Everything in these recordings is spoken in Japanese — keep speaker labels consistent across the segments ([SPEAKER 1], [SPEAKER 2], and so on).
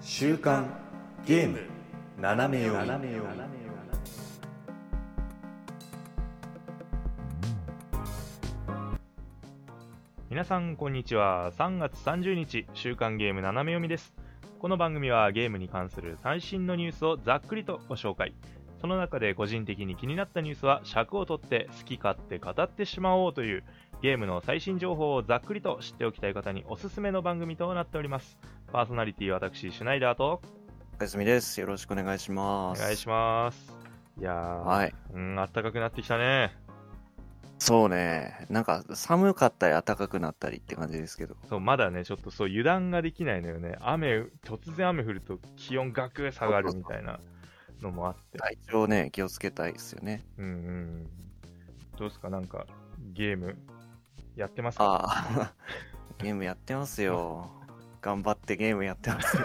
[SPEAKER 1] 週刊ゲーム斜め読み
[SPEAKER 2] 皆さんこんにちは3月30日週刊ゲーム斜め読みですこの番組はゲームに関する最新のニュースをざっくりとご紹介その中で個人的に気になったニュースは尺を取って好き勝手語ってしまおうというゲームの最新情報をざっくりと知っておきたい方におすすめの番組となっておりますパーソナリティは私シュナイダーと
[SPEAKER 1] おやすみですよろしくお願いし
[SPEAKER 2] お
[SPEAKER 1] ます
[SPEAKER 2] 願いしますいやー、
[SPEAKER 1] はい
[SPEAKER 2] うんあったかくなってきたね
[SPEAKER 1] そうねなんか寒かったり暖かくなったりって感じですけど
[SPEAKER 2] そうまだねちょっとそう油断ができないのよね雨突然雨降ると気温ガクッ下がるみたいなのもあって
[SPEAKER 1] 体調ね気をつけたいですよね
[SPEAKER 2] うんうんうんどうですかなんかゲームやってますか
[SPEAKER 1] あ あゲームやってますよ頑張ってゲームやって ますよ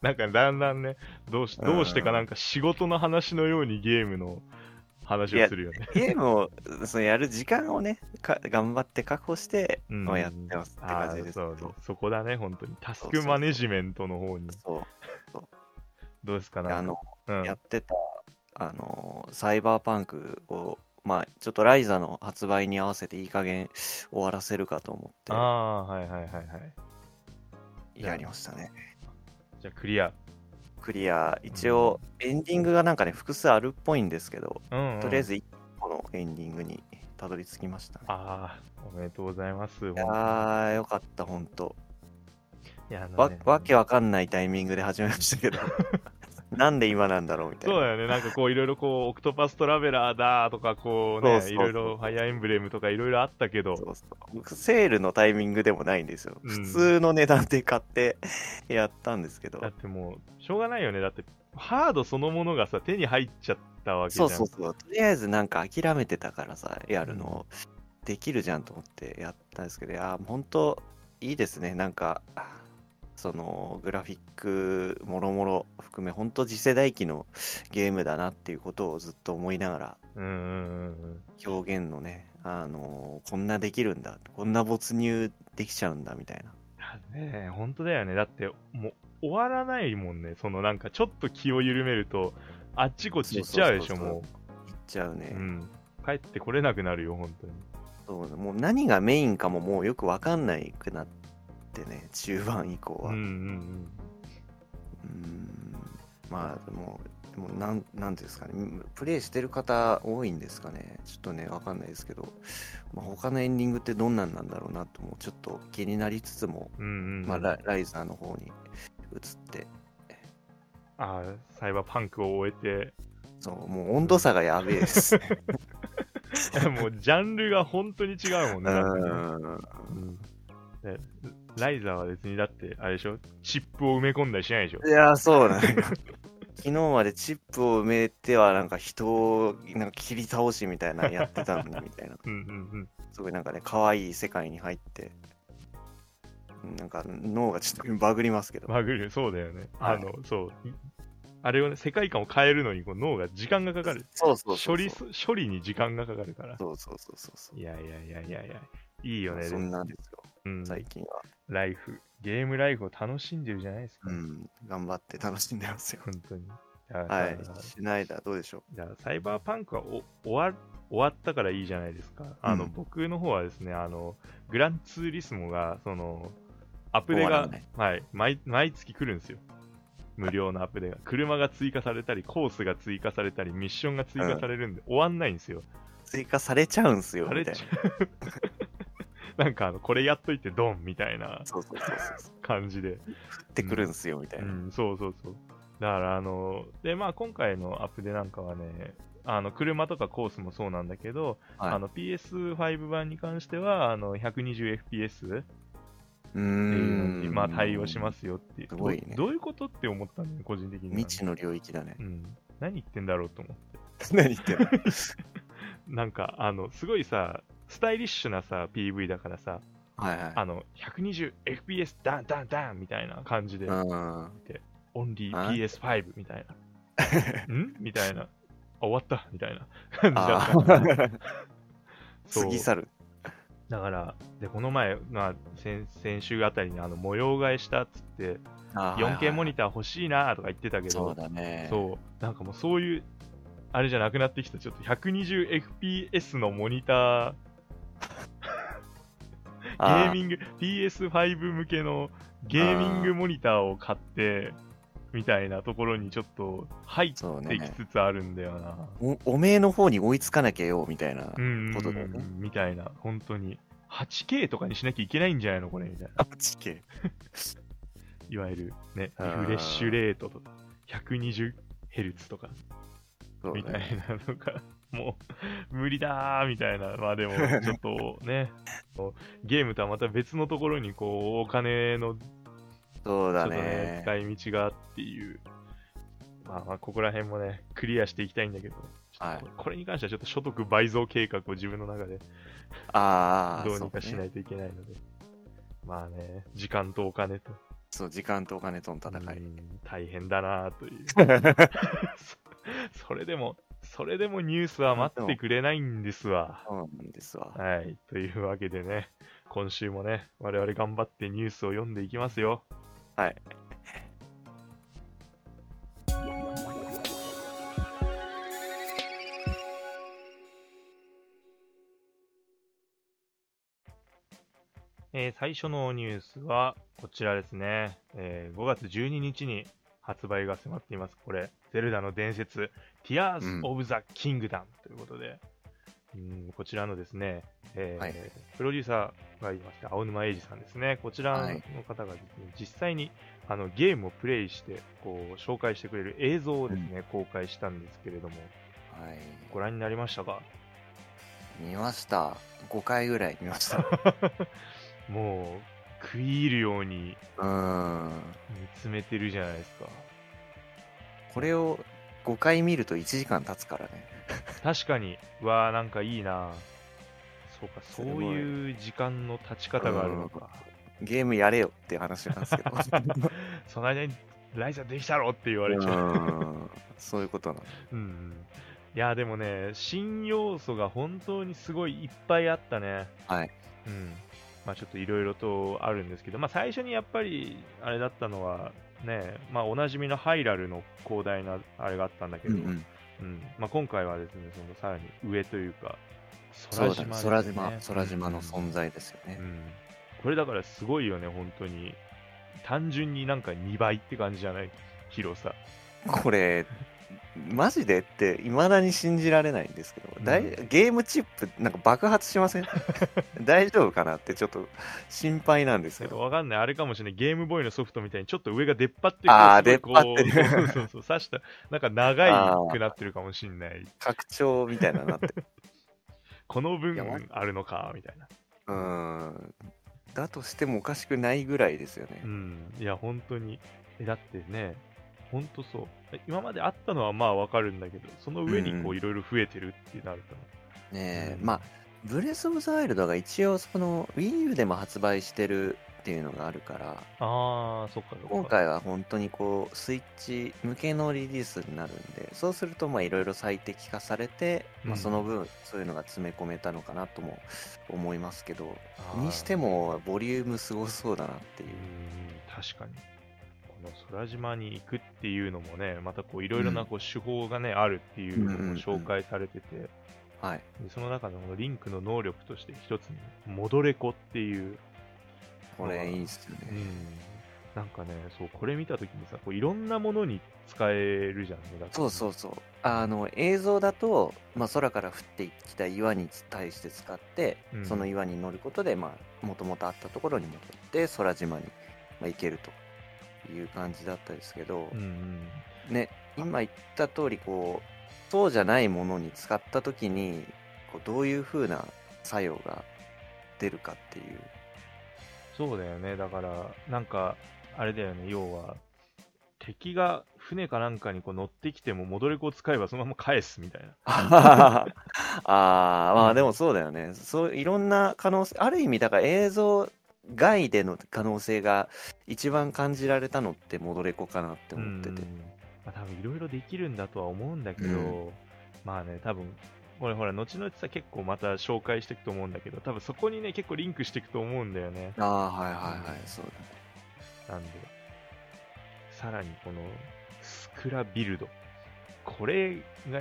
[SPEAKER 2] なんかだんだんねどうし
[SPEAKER 1] うん
[SPEAKER 2] どうしてかなんか仕事の話のようにゲームの話をするよね
[SPEAKER 1] ゲームをそのやる時間をねか頑張って確保して、
[SPEAKER 2] うん
[SPEAKER 1] まあやってますって感じですけ
[SPEAKER 2] あ
[SPEAKER 1] ど
[SPEAKER 2] ーそうそうそこだね本当にタスクマネジメントの方に
[SPEAKER 1] そう
[SPEAKER 2] どうですかなんか
[SPEAKER 1] あの
[SPEAKER 2] うん、
[SPEAKER 1] やってた、あのーサイバーパンクを、まあ、ちょっとライザの発売に合わせていい加減終わらせるかと思
[SPEAKER 2] ああはいはいはいはい
[SPEAKER 1] ってやりましたね。
[SPEAKER 2] じゃあクリア、
[SPEAKER 1] クリア、一応エンディングがなんかね、複数あるっぽいんですけど、
[SPEAKER 2] うんうん
[SPEAKER 1] とりあえず1個のエンディングにたどり着きましたね。
[SPEAKER 2] ああ、おめでとうございます。
[SPEAKER 1] いやー、よかった、ほんと。
[SPEAKER 2] いやあの
[SPEAKER 1] わ
[SPEAKER 2] ね
[SPEAKER 1] わけわかんないタイミングで始めましたけ ど、なんで今なんだろうみたい
[SPEAKER 2] そうだ
[SPEAKER 1] な。
[SPEAKER 2] よね、なんかこういろいろこう、オクトパストラベラーだとか、こうね、
[SPEAKER 1] そうそう
[SPEAKER 2] い
[SPEAKER 1] そう
[SPEAKER 2] ろいろファイアーエンブレムとかいろいろあったけど、
[SPEAKER 1] そうそう僕セールのタイミングでもないんですよ。
[SPEAKER 2] うん
[SPEAKER 1] 普通の値段で買ってやったんですけど
[SPEAKER 2] だっ。てもう、しょうがないよね、だって、ハードそのものがさ、手に入っちゃったわけじ
[SPEAKER 1] そ
[SPEAKER 2] ゃん。
[SPEAKER 1] うそうそう。とりあえずなんか諦めてたからさ、やるのを、できるじゃんと思ってやったんですけど、いやー、本当いいですね。なんか、そのグラフィックもろもろ含め、本当次世代機のゲームだなっていうことをずっと思いながら、
[SPEAKER 2] うんうんうんうん。
[SPEAKER 1] 表現のね、あのーこんなできるんだ、こんな没入できちゃうんだみたいな。
[SPEAKER 2] ねえ、本当だよね、だって、もう終わらないもんね、そのなんか、ちょっと気を緩めると、あっちこっち行っちゃうでし
[SPEAKER 1] そう
[SPEAKER 2] ょ、
[SPEAKER 1] そうそう
[SPEAKER 2] も
[SPEAKER 1] いっちゃう
[SPEAKER 2] う。
[SPEAKER 1] ね
[SPEAKER 2] う。ん。帰ってこれなくなるよ、本当に。
[SPEAKER 1] そうもう何がメインかももうよくわかんないくなってね、中盤以降
[SPEAKER 2] う
[SPEAKER 1] は。
[SPEAKER 2] んうんうん。
[SPEAKER 1] うーんまあでもでもなんなんていうんですかねうんプレイしてる方多いんですかねちょっとねわかんないですけど、まあ、他のエンディングってどんなんなんだろうなともちょっと気になりつつも、
[SPEAKER 2] うんうんうん
[SPEAKER 1] まあ、ラライザーの方に移って
[SPEAKER 2] ああ、サイバーパンクを終えて、
[SPEAKER 1] そうもう温度差がやべえですね
[SPEAKER 2] もうジャンルが本当に違うも
[SPEAKER 1] う
[SPEAKER 2] んね。
[SPEAKER 1] ーん
[SPEAKER 2] でライザーは別にだって、あれでしょチップを埋め込んだりしないでしょ
[SPEAKER 1] いやそうなんだ昨日までチップを埋めてはなんか人をなんか切り倒しみたいなのやってたのにみたいな
[SPEAKER 2] うんうん
[SPEAKER 1] すごいなんかね、可愛い世界に入って、なんか脳がちょっと バグりますけ
[SPEAKER 2] う
[SPEAKER 1] ど
[SPEAKER 2] ん。、マグリそうだよね。
[SPEAKER 1] はい
[SPEAKER 2] あの、そう。あれをね、世界観を変えるのにこう脳が時間がかかる。
[SPEAKER 1] そうそうそうそう。
[SPEAKER 2] 処理す、処理に時間がかかるから。
[SPEAKER 1] そうそうそうそうそ
[SPEAKER 2] いやいやいやいやいや。いいよ
[SPEAKER 1] う。
[SPEAKER 2] ね。
[SPEAKER 1] そんなんですよ、
[SPEAKER 2] うん、
[SPEAKER 1] 最近は。
[SPEAKER 2] ライフ。ゲームライフを楽しんでるじゃないですか。
[SPEAKER 1] うん、頑張って楽しんでます よ。
[SPEAKER 2] 本当に。だから
[SPEAKER 1] はい。シュナイダーどうでしょ
[SPEAKER 2] じゃあ、サイバーパンクはお終わ終わったからいいじゃないですか。あの、
[SPEAKER 1] うん
[SPEAKER 2] 僕の方はですね、あの、グランツーリスモが、その、アップデ
[SPEAKER 1] 終わら
[SPEAKER 2] が
[SPEAKER 1] ない、
[SPEAKER 2] はい毎、毎月来るんですよ。無料のアップデが。車が追加されたり、コースが追加されたり、ミッションが追加されるんで、終わんないんですよ。
[SPEAKER 1] う。追加されちゃうんすよ、
[SPEAKER 2] あ
[SPEAKER 1] み
[SPEAKER 2] れ
[SPEAKER 1] たい
[SPEAKER 2] なんかあの、これやっといてドンみたい
[SPEAKER 1] な。
[SPEAKER 2] な
[SPEAKER 1] そうそうそうそう。
[SPEAKER 2] 感じ
[SPEAKER 1] 降
[SPEAKER 2] で。
[SPEAKER 1] ってくるんすよ、みたいうな。
[SPEAKER 2] ん、そうそうそう。だから、あの、で、まあ、今回のアップデなんかはね、あの、車とかコースもそうなんだけど、
[SPEAKER 1] はい
[SPEAKER 2] あの PS5 版に関しては、あの 120fps
[SPEAKER 1] うー
[SPEAKER 2] っていうのに
[SPEAKER 1] ん。
[SPEAKER 2] まあ対応しますよっていう。
[SPEAKER 1] すごいね
[SPEAKER 2] どどういうことって思ったんだよね、個人的には。
[SPEAKER 1] 未知の領域だね
[SPEAKER 2] う。ん。何言ってんだろうと思って。
[SPEAKER 1] 何言ってんの
[SPEAKER 2] なんか、あの、すごいさ、スタイリッシュなさ、PV だからさ、
[SPEAKER 1] はいはい。
[SPEAKER 2] あの、120fps ダンダンダンみたいな感じで、
[SPEAKER 1] うん。
[SPEAKER 2] オンリ
[SPEAKER 1] あ
[SPEAKER 2] ー PS5 みたい な。んみたいな。あ終わったみたいな感じだ
[SPEAKER 1] あ
[SPEAKER 2] った。
[SPEAKER 1] ー
[SPEAKER 2] そう
[SPEAKER 1] 過ぎ去る。
[SPEAKER 2] だから、で、この前、まあ、先先週あたりにあの模様替えしたっつって、
[SPEAKER 1] あー
[SPEAKER 2] 4K モニ
[SPEAKER 1] はい
[SPEAKER 2] ター欲しいなとか言ってた
[SPEAKER 1] は
[SPEAKER 2] け
[SPEAKER 1] い
[SPEAKER 2] ど、
[SPEAKER 1] そうだね。
[SPEAKER 2] そうなんかもうそういう、あれじゃなくなってきた、ちょっと 120fps のモニター、ゲ
[SPEAKER 1] あ
[SPEAKER 2] ーミング、PS5 向けのゲーミングモニターを買って、みたいなところにちょっと入っ
[SPEAKER 1] そう
[SPEAKER 2] てき
[SPEAKER 1] ね。
[SPEAKER 2] つつあるんだよな。
[SPEAKER 1] おおめえの方に追いつかなきゃよ、みたいな
[SPEAKER 2] う。ん
[SPEAKER 1] ことだよね
[SPEAKER 2] みたいな、本当に。8K とかにしなきゃいけないんじゃないのこれみたいな。
[SPEAKER 1] あ、地形。
[SPEAKER 2] いわゆるね、
[SPEAKER 1] あ
[SPEAKER 2] リ
[SPEAKER 1] ー
[SPEAKER 2] フレッシュレートとか、120Hz とか、
[SPEAKER 1] そう
[SPEAKER 2] みた
[SPEAKER 1] ね。
[SPEAKER 2] いなのが、もう、無理だーみたいな。まあでも、ちょっとね、こうゲームとはまた別のところに、こう、お金の
[SPEAKER 1] そうだ
[SPEAKER 2] ちょっとね
[SPEAKER 1] ね。
[SPEAKER 2] 使い道がっていう、まあ、まあここら辺もね、クリアしていきたいんだけど、ちょっとこれこれに関してはちょっと所得倍増計画を自分の中で
[SPEAKER 1] ああ、
[SPEAKER 2] どうにかし
[SPEAKER 1] そう,、
[SPEAKER 2] な
[SPEAKER 1] ね、
[SPEAKER 2] いといけないので、まあね、時間とお金と、
[SPEAKER 1] そう、時間とお金との戦い。
[SPEAKER 2] うん大変だな という。そそれでも、それでもニュースは待ってくれないんですわ。
[SPEAKER 1] そうなんですわ。
[SPEAKER 2] はい、というわけでね、今週もね、我々頑張ってニュースを読んでいきますよ。
[SPEAKER 1] はい。
[SPEAKER 2] えー最初のニュースはこちらですね、えー5月12日に発売が迫っています、これ、ゼルダの伝説、Tears of the Kingdom ということで、うんこちらのですね、えー
[SPEAKER 1] はい
[SPEAKER 2] プロデューサーがいまして、青沼英二さんですね、こちら
[SPEAKER 1] はい
[SPEAKER 2] の方がですね、実際にあのゲームをプレイしてこう紹介してくれる映像をですね、公開したんですけれども、
[SPEAKER 1] はい。
[SPEAKER 2] ご覧になりましたか
[SPEAKER 1] 見ました。5回ぐらい見ま した。う
[SPEAKER 2] もう食い入るように
[SPEAKER 1] ーん。
[SPEAKER 2] 見つめてるじゃないですか。
[SPEAKER 1] これを5回見ると1時間経つからね。
[SPEAKER 2] 確かにうわあなんかいいなそうかそういう時間の経ち方があるのか
[SPEAKER 1] ゲームやれよっていう話なんです けど。
[SPEAKER 2] その間にライザーできたろって言わ
[SPEAKER 1] う
[SPEAKER 2] れちゃう
[SPEAKER 1] ーんそういうことなの。
[SPEAKER 2] うん、うん、いやでもね新要素が本当にすごいいっぱいあったね
[SPEAKER 1] はい
[SPEAKER 2] うんまあちょっといろいろとあるんですけどまあ最初にやっぱりあれだったのはねまあおなじみのハイラルの広大なあれがあったんだけ
[SPEAKER 1] う
[SPEAKER 2] ど、
[SPEAKER 1] ん
[SPEAKER 2] うん
[SPEAKER 1] うん。
[SPEAKER 2] まあ、今回はですねそのさらに上というか
[SPEAKER 1] そうだね。空島、
[SPEAKER 2] ですね
[SPEAKER 1] 空島の
[SPEAKER 2] うん
[SPEAKER 1] 存在ですよね
[SPEAKER 2] う。ん、これだからすごいよね、本当に。単純になんか2倍って感じじゃない広さ。
[SPEAKER 1] これ、マジでって、いまだに信じられないんですけど、だい
[SPEAKER 2] うん
[SPEAKER 1] ゲームチップ、なんか爆発しま せん大丈夫かなって、ちょっと心配なんです
[SPEAKER 2] け
[SPEAKER 1] け
[SPEAKER 2] ど
[SPEAKER 1] ど。
[SPEAKER 2] わかんない、あれかもしれない、ゲームボーイのソフトみたいにちょっと上が出っ張ってる
[SPEAKER 1] あー
[SPEAKER 2] すごいこう
[SPEAKER 1] 出っ張ってる
[SPEAKER 2] そうそうそう、刺した、なんか長いくなってるかもしれない。
[SPEAKER 1] 拡張みたいなのになって る。
[SPEAKER 2] この分
[SPEAKER 1] いやわ
[SPEAKER 2] あるのか、みたいな。
[SPEAKER 1] うーん。だとしてもおかしくないぐらいですよね
[SPEAKER 2] う。ん、いや、本当に。え、だってね、本当そう。え今まであったのはまあわかるんだけど、その上にこ
[SPEAKER 1] う
[SPEAKER 2] うんいろいろ増えてるってなると。
[SPEAKER 1] ねえ、
[SPEAKER 2] うん
[SPEAKER 1] まあ、ブレス・オブ・ザ・ワイルドが一応、その Wii U でも発売してるっていうのがあるから、
[SPEAKER 2] ああ、そっかそっか。
[SPEAKER 1] 今回は本当にこうスイッチ向けのリリースになるんでそうするとまあいろいろ最適化されて、
[SPEAKER 2] う
[SPEAKER 1] まあ、
[SPEAKER 2] ん
[SPEAKER 1] その分そういうのが詰め込めたのかなとも思いますけど、
[SPEAKER 2] あー
[SPEAKER 1] にしてもボリュームすごそうだなっていう
[SPEAKER 2] うーん確かにこの空島に行くっていうのもねまたこういろいろなこう手法がね、あるっていうの
[SPEAKER 1] うんうんう
[SPEAKER 2] も
[SPEAKER 1] ん
[SPEAKER 2] 紹介されてて、で
[SPEAKER 1] はい
[SPEAKER 2] その中でこのリンクの能力として一つに戻れ子っていう、
[SPEAKER 1] これいいっすよ
[SPEAKER 2] う
[SPEAKER 1] ね、
[SPEAKER 2] ん、なんかねそうこれ見た時にさこういろんなものに使えるじゃんねだって
[SPEAKER 1] そうそうそうあの映像だと、まあ、空から降ってきた岩に対して使って、
[SPEAKER 2] うん
[SPEAKER 1] その岩に乗ることでもともとあったところに戻って空島に、まあ、行けるという感じだったですけど、
[SPEAKER 2] うんうん
[SPEAKER 1] ね、今言った通りこうそうじゃないものに使った時にこうどういう風な作用が出るかって いう
[SPEAKER 2] そうだよねだからなんかあれだよね要は敵が船かなんかにこう乗ってきても戻れ子を使えばそのまま返すみたいな
[SPEAKER 1] あーまあでもそうだよねそういろんな可能性ある意味だから映像外での可能性が一番感じられたのって戻れ子かなって思ってて
[SPEAKER 2] うんまあ、多分いろいろできるんだとは思うんだけど、
[SPEAKER 1] うん
[SPEAKER 2] まあね多分これほら後々さ結構また紹介していくと思うんだけど多分そこにね結構リンクしていくと思うんだよね
[SPEAKER 1] ああはいはいはいそうだね
[SPEAKER 2] なんでさらにこのスクラビルド。これが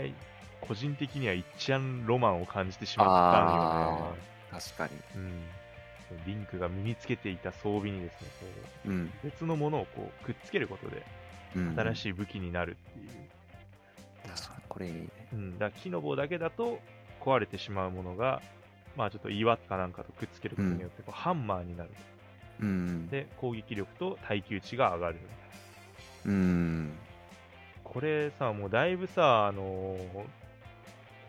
[SPEAKER 2] 個人的には一案ロマンを感じてしまったんよね。
[SPEAKER 1] 確かに。
[SPEAKER 2] うん。リンクが身につけていた装備にですね、こ
[SPEAKER 1] うん。
[SPEAKER 2] う別のものをこうくっつけることで
[SPEAKER 1] うん、
[SPEAKER 2] 新
[SPEAKER 1] い。
[SPEAKER 2] しい武器になるっていう。
[SPEAKER 1] 確かに、これいいね。
[SPEAKER 2] うん、だから木の棒だけだと壊れてしまうものが、まあちょっと岩かなんかとくっつけることによってこうハンマーになる。
[SPEAKER 1] うん。
[SPEAKER 2] で、攻撃力と耐久値が上がる。
[SPEAKER 1] うん。
[SPEAKER 2] これさ、もうだいぶさ、あのー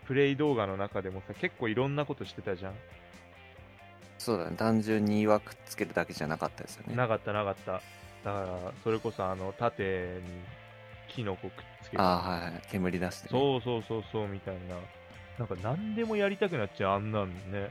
[SPEAKER 2] プレイ動画の中でもさ、結構いろんなことしてたじゃん。
[SPEAKER 1] そうだね。単純に曰くっつけるだけじゃなかったですよね。
[SPEAKER 2] なかったなかった。だから、それこそあの、縦にキノコくっつけて。
[SPEAKER 1] ああ、はいはい。煙出して、ね。
[SPEAKER 2] そうそうそうそう、みたいな。なんか何でもやりたくなっちゃう、あんなんね。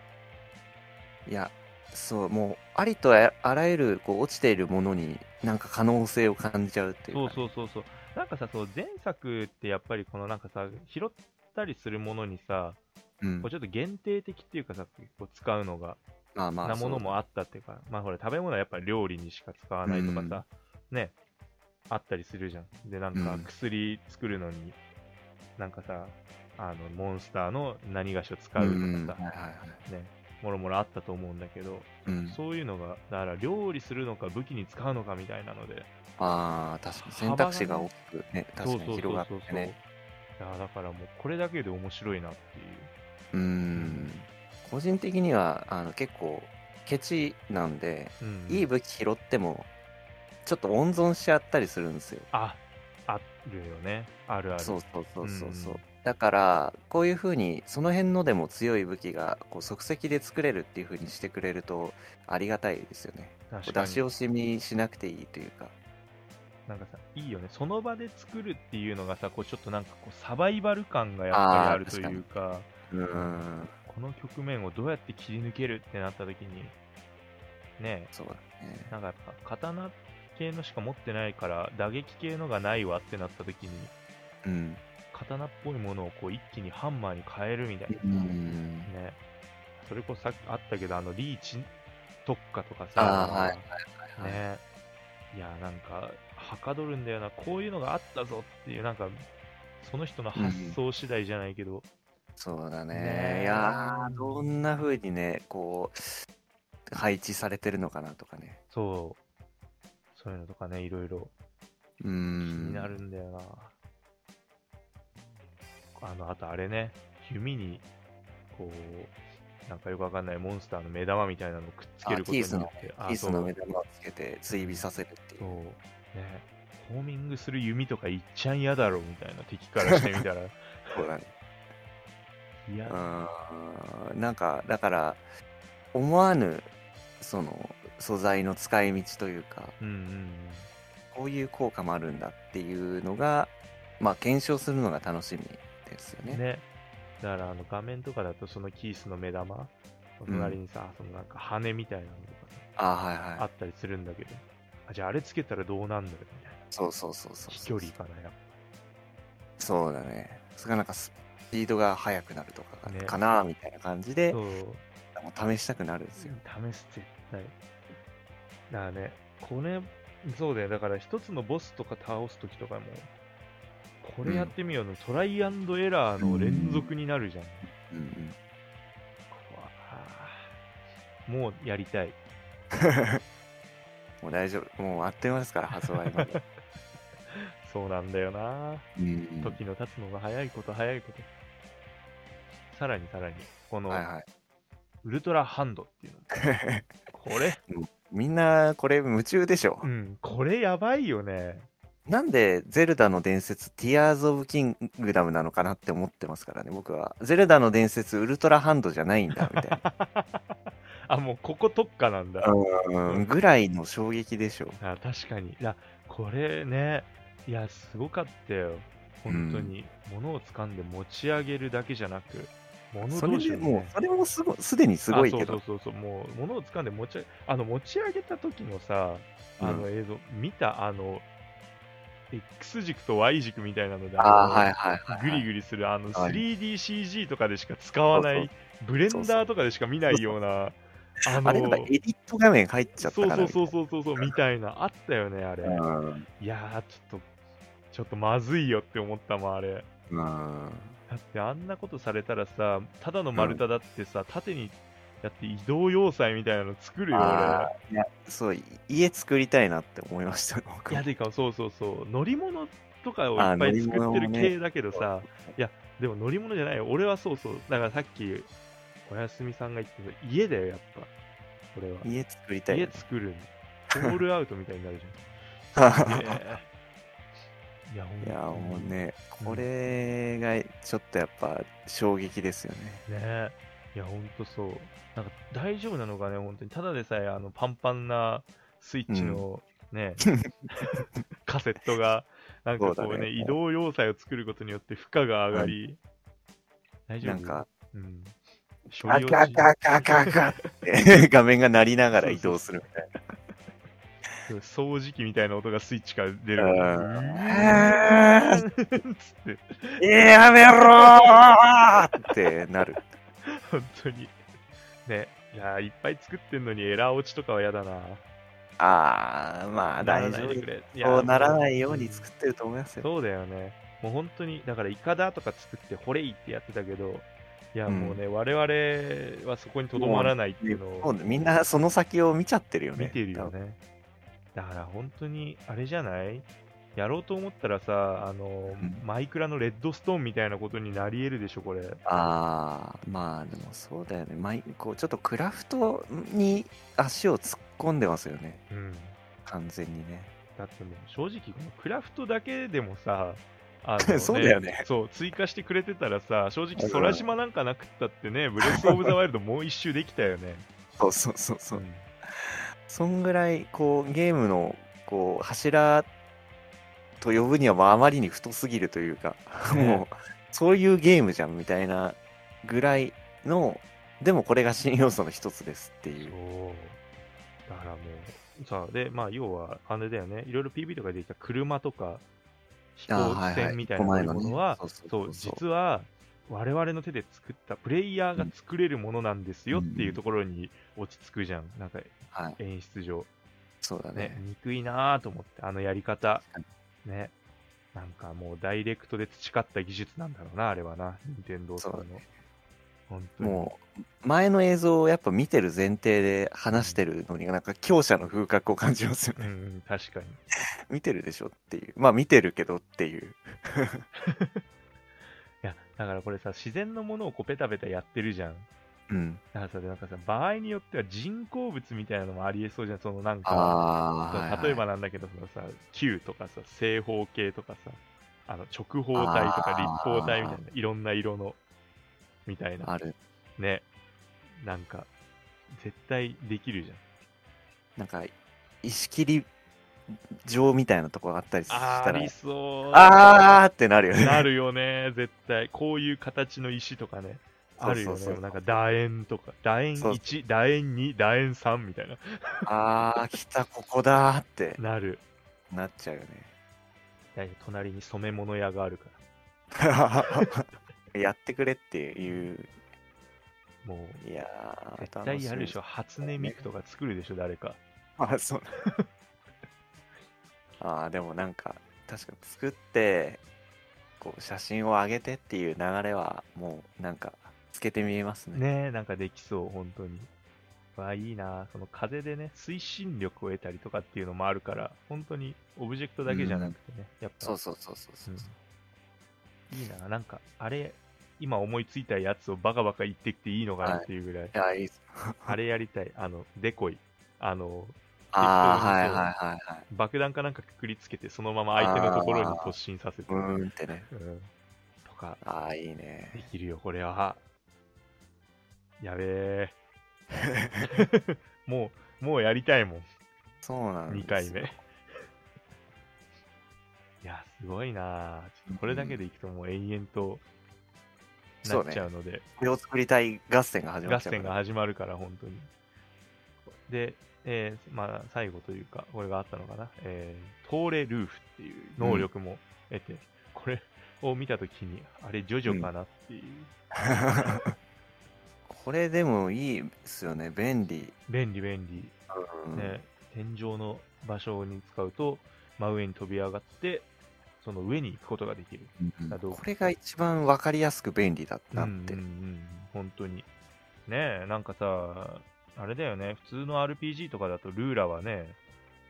[SPEAKER 1] いや、そう、もう、ありとああらゆる、こう、落ちているものに、なんか可能性を感じちゃうっていう
[SPEAKER 2] そう
[SPEAKER 1] か。
[SPEAKER 2] そうそうそう。なんかさ、そう、前作ってやっぱりこのなんかさ、拾ったりするものにさ、
[SPEAKER 1] うん
[SPEAKER 2] こうちょっと限定的っていうかさ、こう使うのが、
[SPEAKER 1] まあまあ、
[SPEAKER 2] なもの
[SPEAKER 1] そう
[SPEAKER 2] もあったっていうか、まあほら、食べ物はやっぱり料理にしか使わないとかさ、ね、あったりするじゃん。で、なん
[SPEAKER 1] う
[SPEAKER 2] か
[SPEAKER 1] ん
[SPEAKER 2] 薬作るのに、なんかさ、あの、モンスターの何菓子を使うとかさ、
[SPEAKER 1] んはいはいはい。
[SPEAKER 2] ね、もろもろあったと思うんだけど、
[SPEAKER 1] うん、
[SPEAKER 2] そういうのが、だから料理するのか武器に使うのかみたいなので、
[SPEAKER 1] ああ、確かに選択肢が多くね、確かに広がっ
[SPEAKER 2] そう
[SPEAKER 1] て
[SPEAKER 2] そうい
[SPEAKER 1] ね。
[SPEAKER 2] や、だからもうこれだけで面白いなっていう。
[SPEAKER 1] うん。個人的には、あの、結構、ケチなんで、
[SPEAKER 2] うん
[SPEAKER 1] いい武器拾っても、ちょっと温存しちゃったりするんですよ。
[SPEAKER 2] あ、あるよね。あるある。
[SPEAKER 1] そうそうそうそうそう。
[SPEAKER 2] うん
[SPEAKER 1] だからこういうふうにその辺のでも強い武器がこう即席で作れるっていうふうにしてくれるとありがたいですよね。
[SPEAKER 2] 確
[SPEAKER 1] 出
[SPEAKER 2] かに
[SPEAKER 1] し惜しみしなくていいというか。
[SPEAKER 2] なんかさ、いいよね。その場で作るっていうのがさ、こうちょっとなんかこうサバイバル感がやっぱりあるというか、
[SPEAKER 1] うーん
[SPEAKER 2] この局面をどうやって切り抜けるってなった時に、ね
[SPEAKER 1] そうだね。
[SPEAKER 2] え、なんかやっぱ刀系のしか持ってないから、打撃系のがないわってなった時に、
[SPEAKER 1] うん。
[SPEAKER 2] 刀っぽいものをこう一気にハンマーに変えるみたいな。
[SPEAKER 1] うん
[SPEAKER 2] ね。それこそさっきあったけど、あの、リーチ特化とか
[SPEAKER 1] あ
[SPEAKER 2] さ、
[SPEAKER 1] ーはいはいはい
[SPEAKER 2] ね。いや、なんか、はかどるんだよな、こういうのがあったぞっていう、なんか、その人の発想次第じゃないけど、
[SPEAKER 1] そうだ
[SPEAKER 2] ね
[SPEAKER 1] ね
[SPEAKER 2] え。
[SPEAKER 1] いやーどんな風にねこう配置されてるのかなとかね。
[SPEAKER 2] そう、そういうのとかね、いろいろ
[SPEAKER 1] うー
[SPEAKER 2] 気
[SPEAKER 1] ん。
[SPEAKER 2] になるんだよな。あの、あとあれね、弓に、こう、なんかよくわかんないモンスターの目玉みたいなのをくっつけることによって、
[SPEAKER 1] ピースの
[SPEAKER 2] そう
[SPEAKER 1] 目玉をつけて追尾させるってい
[SPEAKER 2] そう
[SPEAKER 1] う。。
[SPEAKER 2] ね。ホーミングする弓とかいっちゃん嫌だろみたいな敵からしてみたら。
[SPEAKER 1] そうだね。
[SPEAKER 2] いや、
[SPEAKER 1] うーんなんかだから思わぬその素材の使い道というか
[SPEAKER 2] うんうん
[SPEAKER 1] こういう効果もあるんだっていうのがまあ検証するのが楽しみですよ
[SPEAKER 2] うん。
[SPEAKER 1] ね。
[SPEAKER 2] ね。だからあの画面とかだとそのキースの目玉、隣にさ、そのなんか羽みたいなのとかさ
[SPEAKER 1] あはい
[SPEAKER 2] あ
[SPEAKER 1] はい
[SPEAKER 2] っ。たりするんだけど、あじゃああれつけたらどうなんだよみたいな。
[SPEAKER 1] そうそうそうそうそう。
[SPEAKER 2] 飛距離かな、やっ
[SPEAKER 1] そうだね。それがなんかスピードが速くなるとか
[SPEAKER 2] ね
[SPEAKER 1] かなみたいな感じで、
[SPEAKER 2] ぱ。そう。
[SPEAKER 1] もう試したくなるんですよ。
[SPEAKER 2] 試す、絶対。だからね、これ、そうだよ。だから一つのボスとか倒すときとかも、これやってみようの、トライアンドエラーの連続になるじゃん。
[SPEAKER 1] うんうん、
[SPEAKER 2] 怖いもうやりたい。
[SPEAKER 1] もう大丈夫。もうあっという間ですから、発売ま で。
[SPEAKER 2] そうなんだよな。
[SPEAKER 1] うん
[SPEAKER 2] 時の経つのが早いこと早いこと。さらにさらに、この
[SPEAKER 1] はいはい。
[SPEAKER 2] ウルトラハンドっていうの。 これ、
[SPEAKER 1] みんなこれ夢中でしょ
[SPEAKER 2] う。ん、これやばいよね。
[SPEAKER 1] なんでゼルダの伝説、ティアーズ・オブ・キングダムなのかなって思ってますからね、僕は。ゼルダの伝説、ウルトラハンドじゃないんだ、み たいな。
[SPEAKER 2] あ、もうここ特化なんだ。
[SPEAKER 1] うん、ぐらいの衝撃でしょ。
[SPEAKER 2] あ確かに。いや、これね、いや、すごかったよ。本当に、物を掴んで持ち上げるだけじゃなく、物
[SPEAKER 1] そ
[SPEAKER 2] 同
[SPEAKER 1] れ
[SPEAKER 2] 士を
[SPEAKER 1] で
[SPEAKER 2] ね
[SPEAKER 1] もう、それもすごすでにすごいけ
[SPEAKER 2] あ
[SPEAKER 1] ど。
[SPEAKER 2] そうそうそうそう、もう、物を掴んで持ち上げ、あの、持ち上げた時のさ、あの
[SPEAKER 1] う
[SPEAKER 2] 映像、見た、あの、X 軸と Y 軸みたいなので、
[SPEAKER 1] ああ、
[SPEAKER 2] の
[SPEAKER 1] はいはいはい、
[SPEAKER 2] グリグリする、あの、
[SPEAKER 1] はい
[SPEAKER 2] 3DCG とかでしか使わな
[SPEAKER 1] そう
[SPEAKER 2] い、ブレンダーとかでしか見ないような、あ
[SPEAKER 1] あれなんかエディット画面入っちゃった
[SPEAKER 2] そ
[SPEAKER 1] か
[SPEAKER 2] う
[SPEAKER 1] ら
[SPEAKER 2] そうそう
[SPEAKER 1] う
[SPEAKER 2] そうそうそうみたいなあったよねあれ、
[SPEAKER 1] うん
[SPEAKER 2] いやーちょっとちょっとまずいよって思ったもんあれ
[SPEAKER 1] うん
[SPEAKER 2] だってあんなことされたらさただの丸太だってさ、縦にやって移動要塞みたいなの作るよ
[SPEAKER 1] あー
[SPEAKER 2] 俺
[SPEAKER 1] いやそうい家作りたいなって思いました僕
[SPEAKER 2] いや
[SPEAKER 1] も
[SPEAKER 2] でかそうそうそう乗り物とかをいっぱい作ってる系だけどさ、でも乗り物じゃないよ俺はそうそうだからさっきおやすみさんが言ってた家だよやっぱ俺は
[SPEAKER 1] 家作りた い
[SPEAKER 2] 家作るホールアウトみたいになるじゃ ん
[SPEAKER 1] い
[SPEAKER 2] ねえいやほんとに
[SPEAKER 1] やもうねこれがちょっとやっぱ衝撃ですよね
[SPEAKER 2] ねえいや、ほんとそう。なんか大丈夫なのかね、本当に。ただでさえ、あの、パンパンなスイッチの、 ね、カセットが、なんかこ
[SPEAKER 1] そう
[SPEAKER 2] う
[SPEAKER 1] だ
[SPEAKER 2] ね、
[SPEAKER 1] ね
[SPEAKER 2] 移動要塞を作ることによって負荷が上がり、大丈夫
[SPEAKER 1] なんか、
[SPEAKER 2] うん。処
[SPEAKER 1] ガ
[SPEAKER 2] 理
[SPEAKER 1] ガ
[SPEAKER 2] 落ち
[SPEAKER 1] ガガガガって画面が鳴りながら移動するみたい
[SPEAKER 2] 掃除機みたいな音がスイッチから出る。
[SPEAKER 1] うん
[SPEAKER 2] うーん つって、
[SPEAKER 1] な。やめろーってなる。
[SPEAKER 2] 本当に。ね、いや、いっぱい作ってんのにエラー落ちとかは嫌だな。
[SPEAKER 1] あー、まあ大丈
[SPEAKER 2] ならないで
[SPEAKER 1] 夫
[SPEAKER 2] く。れいや
[SPEAKER 1] そうならないよう
[SPEAKER 2] う
[SPEAKER 1] に
[SPEAKER 2] ん
[SPEAKER 1] 作ってると思いますよ。
[SPEAKER 2] そうだよね。もう本当に、だから、イカだとか作って、ほれいってやってたけど、いや、
[SPEAKER 1] うん
[SPEAKER 2] もうね、我々はそこにとどまらないっていうの
[SPEAKER 1] も
[SPEAKER 2] を
[SPEAKER 1] うみんなその先を見ちゃってるよね。
[SPEAKER 2] 見てるよね。だから、本当に、あれじゃないやろうと思ったらさ、あの、
[SPEAKER 1] ん
[SPEAKER 2] マイクラのレッドストーンみたいなことになり得るでしょ、これ。
[SPEAKER 1] ああまあでもそうだよね毎こうちょっとクラフトに足を突っ込んでますよね
[SPEAKER 2] うん。
[SPEAKER 1] 完全にね
[SPEAKER 2] だってもう、正直、このクラフトだけでもさ、あ
[SPEAKER 1] そうだよね
[SPEAKER 2] そう、追加してくれてたらさ、正直、空島なんかなくったってね、ブレス・オブ・ザ・ワイルドもう一周できたよね。
[SPEAKER 1] そうそうそうそううんそんぐらいこうゲームのこう柱と呼ぶにはまああまりに太すぎるというか、
[SPEAKER 2] ね
[SPEAKER 1] もうそういうゲームじゃんみたいなぐらいのでもこれが新要素の一つですっていう
[SPEAKER 2] そう。だからもう、さあ、で、まあ、要は、あれだよね、いろいろ PV とかで言った車とか、飛
[SPEAKER 1] あー
[SPEAKER 2] 行機船みたいな
[SPEAKER 1] 一個前の
[SPEAKER 2] も
[SPEAKER 1] ね
[SPEAKER 2] のは、
[SPEAKER 1] そうそう
[SPEAKER 2] そ
[SPEAKER 1] そう
[SPEAKER 2] う、
[SPEAKER 1] そう
[SPEAKER 2] 実は、我々の手で作った、プレイヤーが作れるものなんですよっていうところに落ち着くじゃん、なんか
[SPEAKER 1] はい
[SPEAKER 2] 演出上。
[SPEAKER 1] そうだね
[SPEAKER 2] ね、憎いなぁと思って、あのやり方
[SPEAKER 1] 確。
[SPEAKER 2] ね。なんかもうダイレクトで培った技術なんだろうな、あれはな、任天堂さんの
[SPEAKER 1] そう。
[SPEAKER 2] 本当に
[SPEAKER 1] もう前の映像をやっぱ見てる前提で話してるのになんか強者の風格を感じますよ
[SPEAKER 2] う
[SPEAKER 1] ね
[SPEAKER 2] んうん、確かに。
[SPEAKER 1] 見てるでしょっていう。まあ見てるけどっていう。
[SPEAKER 2] いや、だからこれさ、自然のものをこうペタペタやってるじゃん。
[SPEAKER 1] うん。
[SPEAKER 2] だからさ、なんかさ、場合によっては人工物みたいなのもありえそうじゃん。そのなんか、
[SPEAKER 1] あ
[SPEAKER 2] そ
[SPEAKER 1] あ、
[SPEAKER 2] の例えばなんだけど、そのさ、球とかさ、正方形とかさ、あの直方体とか
[SPEAKER 1] あー
[SPEAKER 2] 立方体みたいな、いろんな色の、みたいな。
[SPEAKER 1] ある。
[SPEAKER 2] ね。なんか、絶対できるじゃん。
[SPEAKER 1] なんか、石切り場みたいなとこがあったりしたら、
[SPEAKER 2] あーありそう。
[SPEAKER 1] あーってなるよね。
[SPEAKER 2] なるよね、絶対。こういう形の石とかね。あるよ
[SPEAKER 1] そうそうそ
[SPEAKER 2] ね。
[SPEAKER 1] う
[SPEAKER 2] なんか楕円とか、楕円
[SPEAKER 1] そう
[SPEAKER 2] 1、楕円2、楕円3みたいな。
[SPEAKER 1] あー、来た、ここだーって
[SPEAKER 2] なる。
[SPEAKER 1] なっちゃうよね。
[SPEAKER 2] いやいや隣に染め物屋があるか
[SPEAKER 1] やってくれっていう。
[SPEAKER 2] ら。もう、
[SPEAKER 1] いやー、
[SPEAKER 2] 絶対やるでしょ。
[SPEAKER 1] ょ。
[SPEAKER 2] 初音ミクとか作るでしょ、誰か。
[SPEAKER 1] あ、そう。あー、でもなんか、確かに作って、こう、写真を上げてっていう流れは、もう、なんか、つけて見えますね。
[SPEAKER 2] ねえ、なんかできそう、本当に。わあ、いいな。その風でね、推進力を得たりとかっていうのもあるから、本当にオブジェクトだけじゃなくてね、やっぱ。
[SPEAKER 1] そうそうそうそうそう。
[SPEAKER 2] うんいいな、なんか、あれ、今思いついたやつをバカバカ言ってきていいのかなっていうぐらい、
[SPEAKER 1] いや、いいっす。
[SPEAKER 2] あれやりたい、あの、デコイ、あの、
[SPEAKER 1] ああ、
[SPEAKER 2] そう
[SPEAKER 1] はいはいはいはい。
[SPEAKER 2] 爆弾かなんかくくりつけて、そのまま相手のところに突進させて、
[SPEAKER 1] うーんってね。
[SPEAKER 2] うんとか、
[SPEAKER 1] ああ、いい
[SPEAKER 2] で
[SPEAKER 1] ね。
[SPEAKER 2] きるよ、これは。やべ え。もう、もうやりたいもん、
[SPEAKER 1] そうなんです。
[SPEAKER 2] 2回目。い。や、すごいなちょっとこれだけでいくともう永遠とな
[SPEAKER 1] そう
[SPEAKER 2] っちゃ
[SPEAKER 1] ね
[SPEAKER 2] う。ので、
[SPEAKER 1] これを作りたい合戦が始ま
[SPEAKER 2] 合
[SPEAKER 1] っちゃう
[SPEAKER 2] 戦
[SPEAKER 1] か
[SPEAKER 2] が
[SPEAKER 1] ら。
[SPEAKER 2] 始まるから、本当に。で、えーまあ、最後というか、これがあったのかな、えー、トーレルーフっていう能力も得て、これを見たときに、あれ、ジョジョかなっていう、
[SPEAKER 1] ここれでもいいですよね。便利。
[SPEAKER 2] 便利便利。
[SPEAKER 1] うん
[SPEAKER 2] ね、天井の場所に使うと、真上に飛び上がって、その上に行くことができる。
[SPEAKER 1] うん
[SPEAKER 2] あと
[SPEAKER 1] これが一番分かりやすく便利だなって。
[SPEAKER 2] うんうんうん、本当に。ねえ、なんかさ、あれだよね、普通の RPG とかだとルーラはね、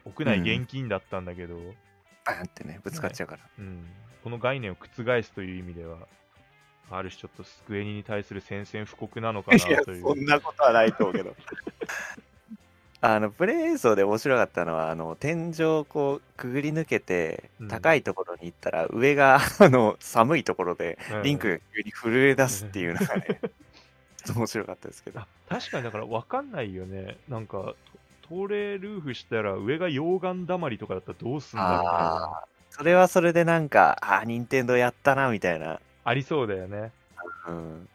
[SPEAKER 2] 屋内現金だったんだけど、うん
[SPEAKER 1] バーンってね、ぶつかっちゃうから。
[SPEAKER 2] この概念を覆すという意味では、ある種ちょっとスクエニに対する宣戦布告なのかなという。
[SPEAKER 1] なことはないと思うけど。 あのプレイ演奏で面白かったのはあの天井をこうくぐり抜けて
[SPEAKER 2] うん
[SPEAKER 1] 高いところに行ったら、上が あの寒いところで
[SPEAKER 2] うん
[SPEAKER 1] リンクが急に震え出すっていうのがね面白かったですけど
[SPEAKER 2] あ確かにだから分かんないよね。なんか、トトレルーフしたら上が溶岩だまりとかだったらどうすんだろうね
[SPEAKER 1] あそれはそれでなんかああ任天堂やったなみたいな、
[SPEAKER 2] ありそうだよね。
[SPEAKER 1] うん、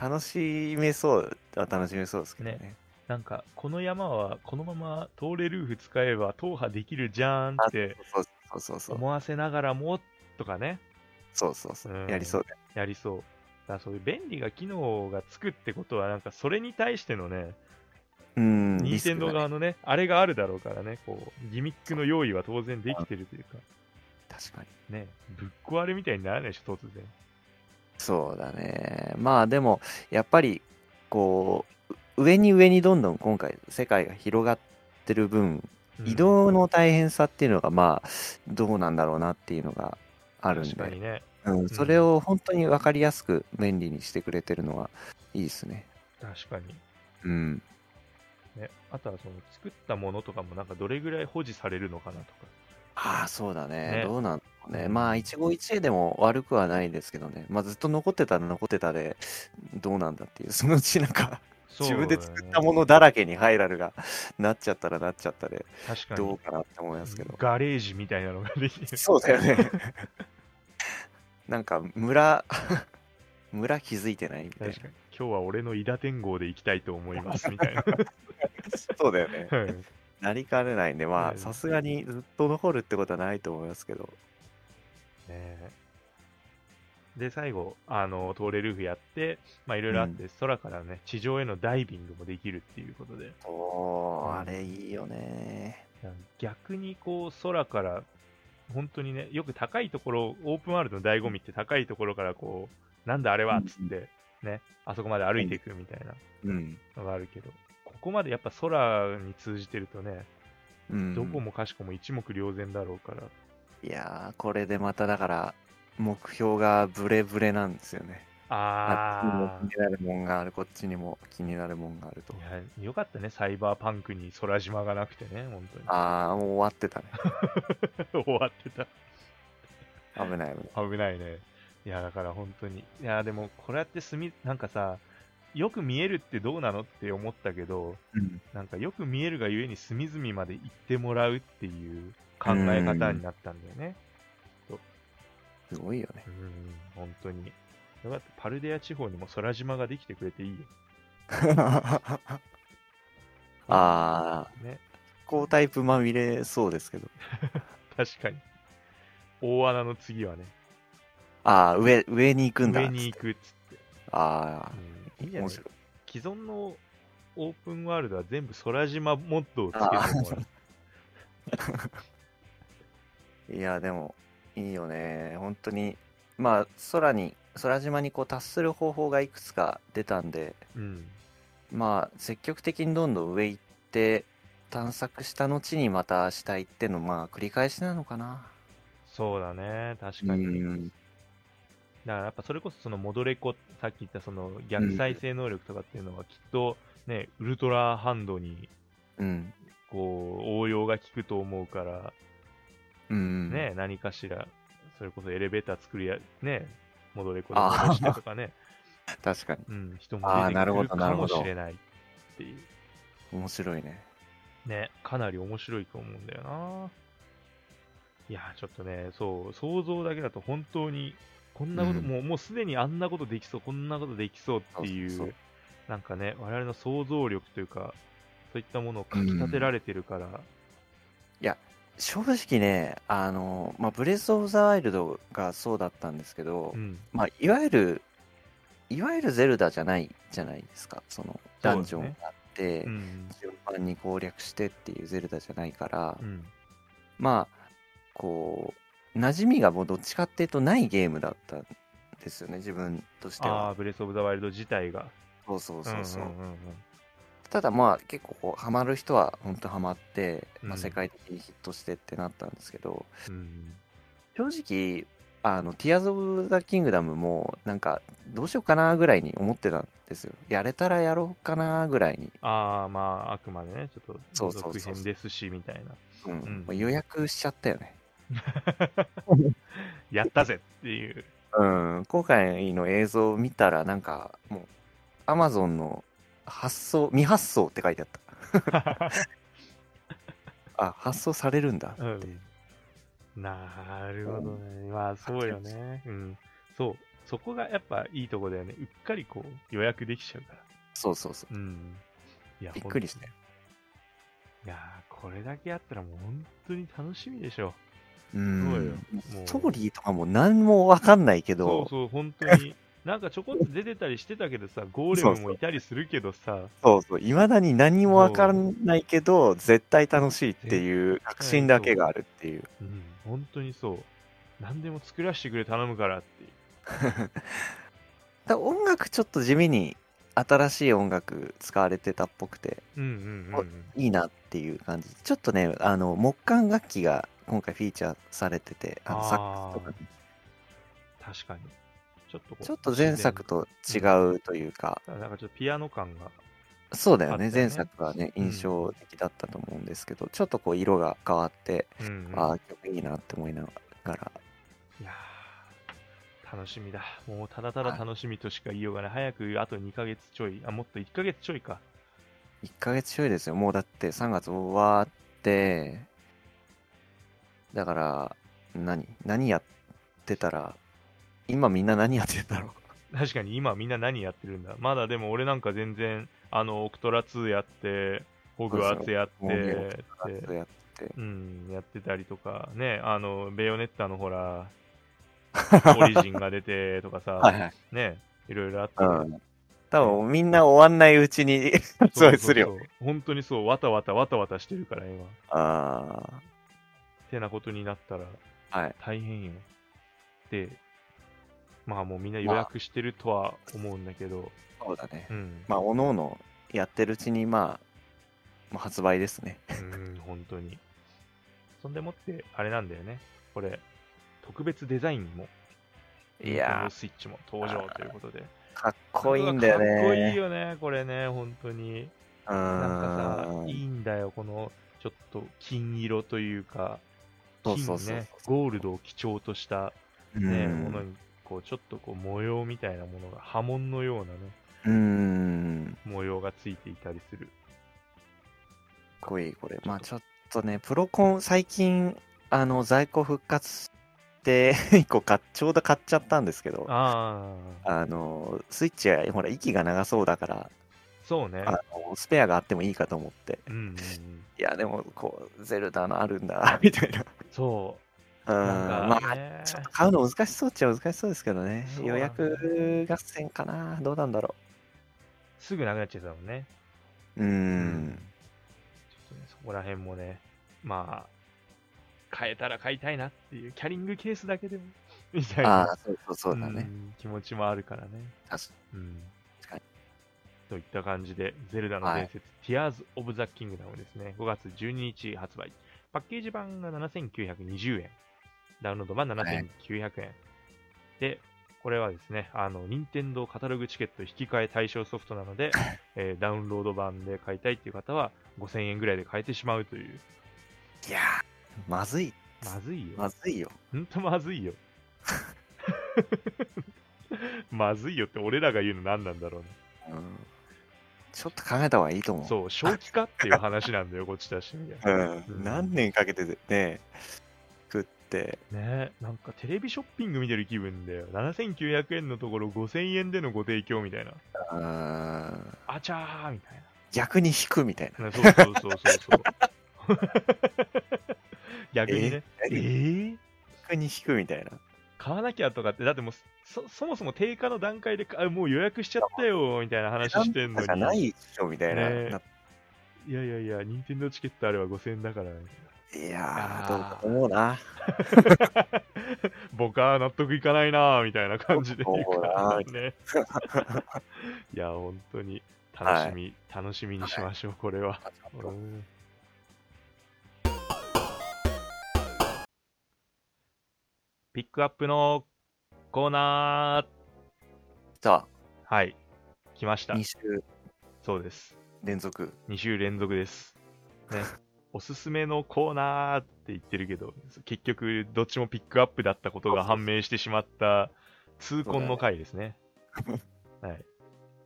[SPEAKER 1] 楽しめそうは楽しめそうですけどね
[SPEAKER 2] ねなんか、この山はこのままトーレルーフ使えば踏破できるじゃんっ
[SPEAKER 1] あ
[SPEAKER 2] て
[SPEAKER 1] そうそうそうそう
[SPEAKER 2] 思わせながらもとかね、
[SPEAKER 1] そうそうそう、
[SPEAKER 2] うん
[SPEAKER 1] やりそうだよ
[SPEAKER 2] やりそう。だからそういう便利が機能がつくってことは、なんかそれに対してのね、
[SPEAKER 1] うん
[SPEAKER 2] 任天堂
[SPEAKER 1] リスクがね
[SPEAKER 2] 側のね、あれがあるだろうからね、こう、ギミックの用意は当然できてるというか、
[SPEAKER 1] 確かに
[SPEAKER 2] ね、ぶっ壊れみたいにならないでしょ、突然。
[SPEAKER 1] そうだね。まあでも、やっぱり、こう、う上に上にどんどん今回、世界が広がってる分、
[SPEAKER 2] うん
[SPEAKER 1] 移動の大変さっていうのが、まあ、どうなんだろうなっていうのがあるん
[SPEAKER 2] 確かに
[SPEAKER 1] で、
[SPEAKER 2] ね、
[SPEAKER 1] うん、それを本当に分かりやすく便利にしてくれてるのはいいですね。
[SPEAKER 2] 確かに。
[SPEAKER 1] うん。
[SPEAKER 2] ね、あとはその作ったものとかもなんかどれぐらい保持されるのかなとか。
[SPEAKER 1] ああ、そうだね。
[SPEAKER 2] ね
[SPEAKER 1] どうなんだろうね。
[SPEAKER 2] うん
[SPEAKER 1] まあ、一期一会でも悪くはないですけどね。まあ、ずっと残ってたら残ってたで、どうなんだっていう、そのうちなんか、自分で作ったも
[SPEAKER 2] の
[SPEAKER 1] のだらけにハイラルがなっちゃったらなっちゃったで、
[SPEAKER 2] 確かに
[SPEAKER 1] どうかなって思いますけど。
[SPEAKER 2] ガレージみたいなのができて
[SPEAKER 1] そうだよね。なんか村、 村気づいてないみたいな
[SPEAKER 2] 確。かに今日は俺の伊田天号で行きたいと思いますみた いな
[SPEAKER 1] そうだよね。
[SPEAKER 2] うん
[SPEAKER 1] なりかねないんで、まあ、
[SPEAKER 2] うん
[SPEAKER 1] さすがにずっと残るってことはないと思いますけど。
[SPEAKER 2] ねえで最後あのトーレルーフやってまあいろいろあって、空からね地上へのダイビングもできるっていうことで
[SPEAKER 1] お
[SPEAKER 2] う
[SPEAKER 1] ー、
[SPEAKER 2] ん
[SPEAKER 1] あれいいよね。
[SPEAKER 2] 逆にこう空から本当にねよく高いところオープンワールドの醍醐味って高いところからこうなんだあれはっつってねあそこまで歩いていくみたいな
[SPEAKER 1] うん。
[SPEAKER 2] のがあるけどここまでやっぱ空に通じてるとね
[SPEAKER 1] うん、
[SPEAKER 2] どこもかしこも一目瞭然だろうから、
[SPEAKER 1] いやー、これでまただから、目標がブレブレなんですよね。あ
[SPEAKER 2] あ
[SPEAKER 1] っちにも気になるもんがある、こっちにも気になるもんがあると
[SPEAKER 2] あ。いやよかったねサイバーパンクに空島がなくてね本
[SPEAKER 1] ああ、もう終わって たね。
[SPEAKER 2] 当に 終わってた
[SPEAKER 1] 危ない危ない。
[SPEAKER 2] 危ないねいやだから本当にいやでもこれやって住みなんかさよく見えるってどうなのって思ったけど
[SPEAKER 1] うん、
[SPEAKER 2] なんかよく見えるがゆえに隅々まで行ってもらうっていう考え方になったんだよね
[SPEAKER 1] すごい よね。
[SPEAKER 2] うん本当によかったパルデア地方にも空島ができてくれていいよ
[SPEAKER 1] ああ、
[SPEAKER 2] ね
[SPEAKER 1] 高タイプまみれそうですけど。
[SPEAKER 2] 確かに大穴の次はね
[SPEAKER 1] ああ、上、上に行くんだ。
[SPEAKER 2] 上に行くっつって、
[SPEAKER 1] ああ、
[SPEAKER 2] うんいいじゃな
[SPEAKER 1] 面
[SPEAKER 2] い
[SPEAKER 1] 白い。
[SPEAKER 2] 既存のオープンワールドは全部空島モッドをつけてもらう
[SPEAKER 1] いや、でも、いいよね。本当に、まあ、空に、空島にこう達する方法がいくつか出たんで、
[SPEAKER 2] うん
[SPEAKER 1] まあ、積極的にどんどん上行って、探索した後にまた下行っての、まあ、繰り返しなのかな。
[SPEAKER 2] そうだね確
[SPEAKER 1] う
[SPEAKER 2] かに、だ
[SPEAKER 1] ん。
[SPEAKER 2] からやっぱそれこそその戻れ子さっき言ったその逆再生能力とかっていうのはきっとねウルトラハンドに
[SPEAKER 1] うん。
[SPEAKER 2] こう応用が効くと思うから
[SPEAKER 1] うん。
[SPEAKER 2] ね、何かしらそれこそエレベーター作りやね戻れ子で戻してとかね、
[SPEAKER 1] 確かに。
[SPEAKER 2] うん、人も
[SPEAKER 1] あー
[SPEAKER 2] 出て
[SPEAKER 1] なる
[SPEAKER 2] く
[SPEAKER 1] ほ
[SPEAKER 2] る
[SPEAKER 1] どな
[SPEAKER 2] か
[SPEAKER 1] るほ
[SPEAKER 2] も
[SPEAKER 1] ど
[SPEAKER 2] しれないっていう
[SPEAKER 1] 面白いね。
[SPEAKER 2] ね、かなり面白いと思うんだよな。いや、ちょっとね、そう、想像だけだと本当に、こんなこと、
[SPEAKER 1] うん
[SPEAKER 2] もう、もうすでにあんなことできそう、こんなことできそうっていう、
[SPEAKER 1] そうそうそう
[SPEAKER 2] なんかね、我々の想像力というか、そういったものをかき立てられてるから、
[SPEAKER 1] 正直ね、あの、まあ、ブレス・オブ・ザ・ワイルドがそうだったんですけど、
[SPEAKER 2] うん、
[SPEAKER 1] まあ、いわゆるいわゆるゼルダじゃないじゃないですかそのダンジョンがあって、
[SPEAKER 2] うん
[SPEAKER 1] 順番に攻略してっていうゼルダじゃないから、
[SPEAKER 2] うん
[SPEAKER 1] まあこう馴染みがもうどっちかっていうとないゲームだったんですよね自分として
[SPEAKER 2] ああ
[SPEAKER 1] は
[SPEAKER 2] ブレス・オブ・ザ・ワイルド自体が
[SPEAKER 1] そうそうそうそう,、
[SPEAKER 2] んんんうん
[SPEAKER 1] ただまあ結構こうハマる人は本当ハマって、ま
[SPEAKER 2] う
[SPEAKER 1] あ、
[SPEAKER 2] ん
[SPEAKER 1] 世界的にヒットしてってなったんですけど、
[SPEAKER 2] うん
[SPEAKER 1] 正直あの「ティアーズ・オブ・ザ・キングダム」もなんかどうしようかなぐらいに思ってたんですよやれたらやろうかなぐらいに、
[SPEAKER 2] ああまああくまでねちょっ
[SPEAKER 1] そ
[SPEAKER 2] と
[SPEAKER 1] うそうそう
[SPEAKER 2] 続編ですしみたいな
[SPEAKER 1] うん
[SPEAKER 2] ん
[SPEAKER 1] もう予約しちゃったよね
[SPEAKER 2] やったぜっていう
[SPEAKER 1] うん今回の映像を見たらなんかもうアマゾンの発送未発送って書いてあった あ発送されるんだって、
[SPEAKER 2] うん、なるほどね。まあ、そうよね。うん。そう。そこがやっぱいいとこだよね。うっかりこう予約できちゃうから。
[SPEAKER 1] そうそうそう
[SPEAKER 2] うん。いや
[SPEAKER 1] びっくりしたよ。
[SPEAKER 2] ほんといやーこれだけあったらもう本当に楽しみでしょ。
[SPEAKER 1] う
[SPEAKER 2] そうよ
[SPEAKER 1] ん
[SPEAKER 2] もう
[SPEAKER 1] ストーリーとかも何もわかんないけ
[SPEAKER 2] そ
[SPEAKER 1] ど
[SPEAKER 2] うそう、本当に。 なんかちょこっと出てたりしてたけどさ、ゴーレムもいたりするけどさ、
[SPEAKER 1] そうそういまだに何もわかんないけど絶対楽しいっていう確信だけがあるっていう
[SPEAKER 2] うん、本当にそう。何でも作らせてくれ頼むからっていう。
[SPEAKER 1] だ音楽ちょっと地味に新しい音楽使われてたっぽくて
[SPEAKER 2] うんうんうん
[SPEAKER 1] いいなっていう感じちょっとねあの木管楽器が今回フィーチャーされててあの
[SPEAKER 2] あー
[SPEAKER 1] サックスとかね
[SPEAKER 2] 確かに。ちょっとこう
[SPEAKER 1] ちょっと前作と違うというか、
[SPEAKER 2] なんかちょっとピアノ感が。
[SPEAKER 1] そうだよ
[SPEAKER 2] あ
[SPEAKER 1] ね
[SPEAKER 2] ったよね
[SPEAKER 1] 前作はね
[SPEAKER 2] うん
[SPEAKER 1] 印象的だったと思うんですけど、ちょっとこう色が変わって、
[SPEAKER 2] うんうん
[SPEAKER 1] ああ曲いいなって思いながら
[SPEAKER 2] いやー楽しみだ。もうただただ楽しみとしか言いようがない。早くあと2ヶ月ちょい、あ、もっと1ヶ月ちょいか。
[SPEAKER 1] 1ヶ月ちょいですよもうだって3月終わってだから何何やってたら今みんな何やってたろう
[SPEAKER 2] 確かに今みんな何やってるんだ。まだでも俺なんか全然、あの、オクトラ2やって、ホグワーツやって、
[SPEAKER 1] そうそうもうね
[SPEAKER 2] って
[SPEAKER 1] やっ
[SPEAKER 2] うん、やってたりとか、ね、あの、ベヨネッタの ほら、オリジンが出てとかさ、
[SPEAKER 1] はいはい
[SPEAKER 2] ね、いろいろあって。
[SPEAKER 1] うん多分みんな終わんないうち にそうするよ
[SPEAKER 2] そう本当にそう、わたわたわたわたしてるから今。
[SPEAKER 1] あ
[SPEAKER 2] てなことになったら、
[SPEAKER 1] あはい
[SPEAKER 2] 大変よ。で、まあもうみんな予約してるとは思うんだけど、
[SPEAKER 1] そうだね
[SPEAKER 2] うん、
[SPEAKER 1] まあおのおのやってるうちにまあもう発売ですね
[SPEAKER 2] うん、本当に。そんでもって、あれなんだよね、これ、特別デザインも、
[SPEAKER 1] いや
[SPEAKER 2] Nintendo スイッチも登場ということで。
[SPEAKER 1] ーかっこいいんだよね
[SPEAKER 2] かっこいいよね、これね、本当に。
[SPEAKER 1] う
[SPEAKER 2] なんかさ、
[SPEAKER 1] ー
[SPEAKER 2] い
[SPEAKER 1] ん
[SPEAKER 2] いんだよ、この、ちょっと金色というか、
[SPEAKER 1] そう
[SPEAKER 2] 金
[SPEAKER 1] そうそう
[SPEAKER 2] ね、ゴールドを基調とした、ね、
[SPEAKER 1] うん
[SPEAKER 2] ものに、こう、ちょっとこう模様みたいなものが波紋のようなね、
[SPEAKER 1] うーん
[SPEAKER 2] 模様がついていたりする。
[SPEAKER 1] かっこいいこれまあちょっとねプロコン最近あの在庫復活して 一個買っちょうど買っちゃったんですけどあ
[SPEAKER 2] ああ、
[SPEAKER 1] のスイッチはほら息が長そうだから
[SPEAKER 2] そうね。
[SPEAKER 1] あのスペアがあってもいいかと思って
[SPEAKER 2] うん、うんうん。
[SPEAKER 1] いやでもこうゼルダのあるんだ みたいな
[SPEAKER 2] そ
[SPEAKER 1] うん
[SPEAKER 2] う。なん
[SPEAKER 1] ま
[SPEAKER 2] か
[SPEAKER 1] あ
[SPEAKER 2] ね、
[SPEAKER 1] ちょっと買うの難しそうっちゃ難しそうですけどね
[SPEAKER 2] そうなん
[SPEAKER 1] 予
[SPEAKER 2] だ
[SPEAKER 1] 約合戦かなどうなんだろ
[SPEAKER 2] すぐなくなっちゃったもんね。
[SPEAKER 1] ううー。
[SPEAKER 2] うんちょっとね、そこら辺もね、まあ、変えたら買いたいなっていう、キャリングケースだけでも、みたいな。
[SPEAKER 1] ああそうそうそうだね
[SPEAKER 2] ん気持ちもあるからね。
[SPEAKER 1] 確か
[SPEAKER 2] うん
[SPEAKER 1] 確かに。
[SPEAKER 2] といった感じで、ゼルダの伝説、Tears of the Kingdom ですね。5月12日発売。パッケージ版が7920円。ダウンロード版7900円。で、これはですね、あの、任天堂カタログチケット引き換え対象ソフトなの で、えーダウンロード版で買いたいっていう方は、5000円ぐらいで買えてしまうという。
[SPEAKER 1] いやーまずい
[SPEAKER 2] まずいよ。
[SPEAKER 1] まずいよ
[SPEAKER 2] ほんとまずいよ。 まずいよって俺らが言うの何なんだろうね。
[SPEAKER 1] うんちょっと考えた方がいいと思う
[SPEAKER 2] そう、正気かっていう話な んだよ、こっちとしてみりゃ
[SPEAKER 1] うん、何年かけてね食って
[SPEAKER 2] ねえ、なんかテレビショッピング見てる気分だよ。7900円のところ5000円でのご提供みたいな。
[SPEAKER 1] うん
[SPEAKER 2] あちゃーみたい
[SPEAKER 1] 逆に引くみたいな。
[SPEAKER 2] な。ねそうそうそうそうそう。 逆にね、
[SPEAKER 1] え
[SPEAKER 2] えー、
[SPEAKER 1] 逆に引くみたいな。
[SPEAKER 2] 買わなきゃとかって、だってもうそ、そもそも定価の段階で、あもう予約しちゃったよみたいな話してんの
[SPEAKER 1] じゃ
[SPEAKER 2] に。
[SPEAKER 1] ないっしょみたいな。
[SPEAKER 2] ね
[SPEAKER 1] ない
[SPEAKER 2] やいやいや、任天堂チケットあれば5000円だから、みたいない
[SPEAKER 1] やー、どう
[SPEAKER 2] あー
[SPEAKER 1] かと思うな。
[SPEAKER 2] 僕は納得いかないなぁみたいな感じで言うからね。いや、本当に楽しみ、楽しみにしましょう、これは。うんピックアップのコーナ
[SPEAKER 1] さ
[SPEAKER 2] ー。はい。来まし
[SPEAKER 1] あ、
[SPEAKER 2] た
[SPEAKER 1] 2。週
[SPEAKER 2] そうです。
[SPEAKER 1] 連続。
[SPEAKER 2] 2週連続です。ね。 おすすめのコーナーって言ってるけど、結局、どっちもピックアップだったことが判明してしまった痛恨の回ですね。はい。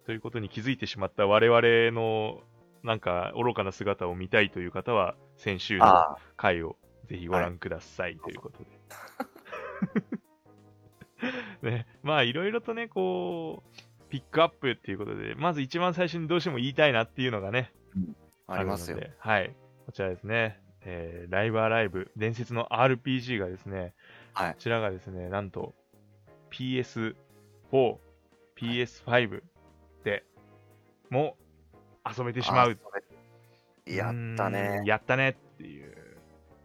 [SPEAKER 2] ということに気づいてしまった我々の、なんか、愚かな姿を見たいという方は、先週の
[SPEAKER 1] あ
[SPEAKER 2] 回をぜひご覧くださいということで。ね、まあいろいろとね、こう、ピックアップっていうことで、まず一番最初にどうしても言いたいなっていうのがね、
[SPEAKER 1] あ、ありますよ
[SPEAKER 2] る。のではい。こちらですね、えーライブアライブ、伝説の RPG がですね、
[SPEAKER 1] はい
[SPEAKER 2] こちらがですね、なんと PS4、PS5 でも遊べてしまう
[SPEAKER 1] あやった
[SPEAKER 2] うーん
[SPEAKER 1] ね。
[SPEAKER 2] やったねっていう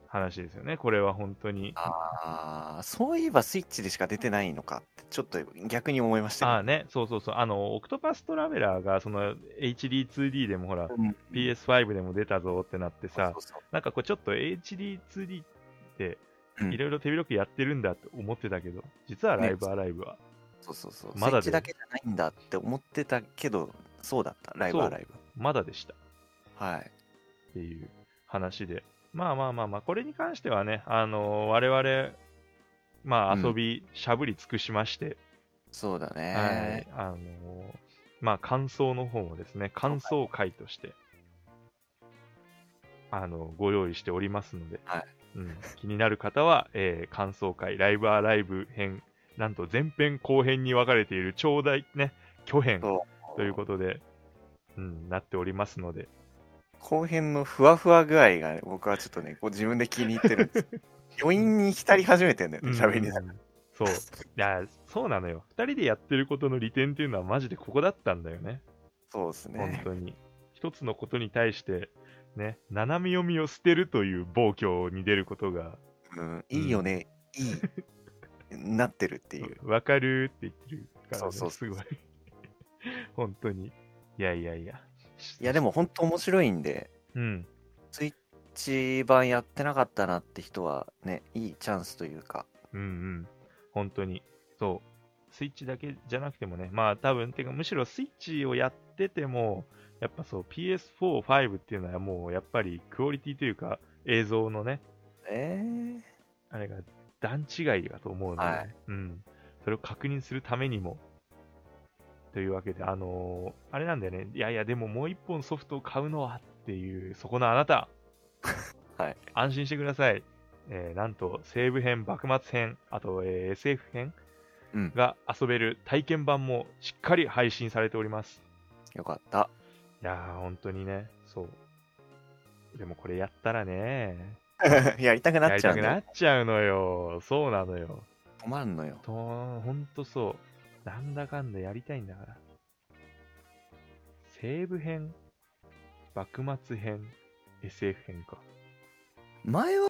[SPEAKER 2] 話ですよね。これは本当に。
[SPEAKER 1] ああ、そういえばスイッチでしか出てないのかって、ちょっと逆に思いました
[SPEAKER 2] あ
[SPEAKER 1] よ
[SPEAKER 2] あね、そうそうそう。あの、オクトパストラベラーが、その HD2D でもほら、
[SPEAKER 1] うん
[SPEAKER 2] PS5 でも出たぞってなってさ
[SPEAKER 1] そ、うそう
[SPEAKER 2] なんかこうちょっと HD2D って
[SPEAKER 1] うん
[SPEAKER 2] いろいろ手広くやってるんだって思ってたけど、実はライブアライブは。
[SPEAKER 1] そうそうそう。
[SPEAKER 2] まだ
[SPEAKER 1] スイ
[SPEAKER 2] で
[SPEAKER 1] ッチだけじゃないんだって思ってたけど、そうだった。ライブ
[SPEAKER 2] そう
[SPEAKER 1] はライブ。
[SPEAKER 2] まだでした。
[SPEAKER 1] はい。
[SPEAKER 2] っていう話で、まあまあまあまあ、これに関してはね、あのー我々、まあ
[SPEAKER 1] うん
[SPEAKER 2] 遊び、しゃぶり尽くしまして、
[SPEAKER 1] そうだ
[SPEAKER 2] は
[SPEAKER 1] ね
[SPEAKER 2] い。、あのーまあ感想の方もですね、感想会として、あのご用意しておりますので、
[SPEAKER 1] はい
[SPEAKER 2] うん、気になる方は、えー感想会、ライブアライブ編、なんと前編後編に分かれている長大ね、巨編
[SPEAKER 1] そう
[SPEAKER 2] ということで、うん、なっておりますので、
[SPEAKER 1] 後編のふわふわ具合が僕はちょっとね、こう自分で気に入ってるん です。余韻に浸り始めてんだよね、 喋りながら。
[SPEAKER 2] うんそう。いや、そうなのよ。二人でやってることの利点っていうのはマジでここだったんだよね。
[SPEAKER 1] そうです
[SPEAKER 2] 本
[SPEAKER 1] ね。
[SPEAKER 2] 当に。一つのことに対して、ね、斜め読みを捨てるという暴挙に出ることが、
[SPEAKER 1] うん、いいよね、いい。 なってるっていう。
[SPEAKER 2] わかるって言ってるから、ね、
[SPEAKER 1] そうそうそう
[SPEAKER 2] すごい。 本当に。いやいやいや。
[SPEAKER 1] いや、でも本当面白いんで、
[SPEAKER 2] うん。
[SPEAKER 1] スイッチ版やってなかったなって人はね、いいチャンスというか。
[SPEAKER 2] うんうん。本当に。そう。スイッチだけじゃなくてもね、まあ多分、てかむしろスイッチをやってても、やっぱそう PS4、5っていうのはもうやっぱりクオリティというか映像のね、
[SPEAKER 1] えー、
[SPEAKER 2] あれが段違いだと思うので、
[SPEAKER 1] はい
[SPEAKER 2] うん。それを確認するためにも、というわけで、あのーあれなんだよね、いやいや、でももう一本ソフトを買うのはっていう、そこのあなた、
[SPEAKER 1] はい
[SPEAKER 2] 安心してください。えーなんと、西部編、幕末編、あと、えー SF 編
[SPEAKER 1] うん
[SPEAKER 2] が遊べる体験版もしっかり配信されております。
[SPEAKER 1] よかった。
[SPEAKER 2] いやー、本当にね、そう。でもこれやったらね、
[SPEAKER 1] やりたくな
[SPEAKER 2] や
[SPEAKER 1] っ
[SPEAKER 2] り
[SPEAKER 1] ちゃ
[SPEAKER 2] た
[SPEAKER 1] う
[SPEAKER 2] くな
[SPEAKER 1] ね。
[SPEAKER 2] っちゃうのよ。そうなのよ。
[SPEAKER 1] 止まんのよ。
[SPEAKER 2] と、ほんとそう。なんだかんだやりたいんだから。西部編、幕末編、SF 編か。
[SPEAKER 1] 前は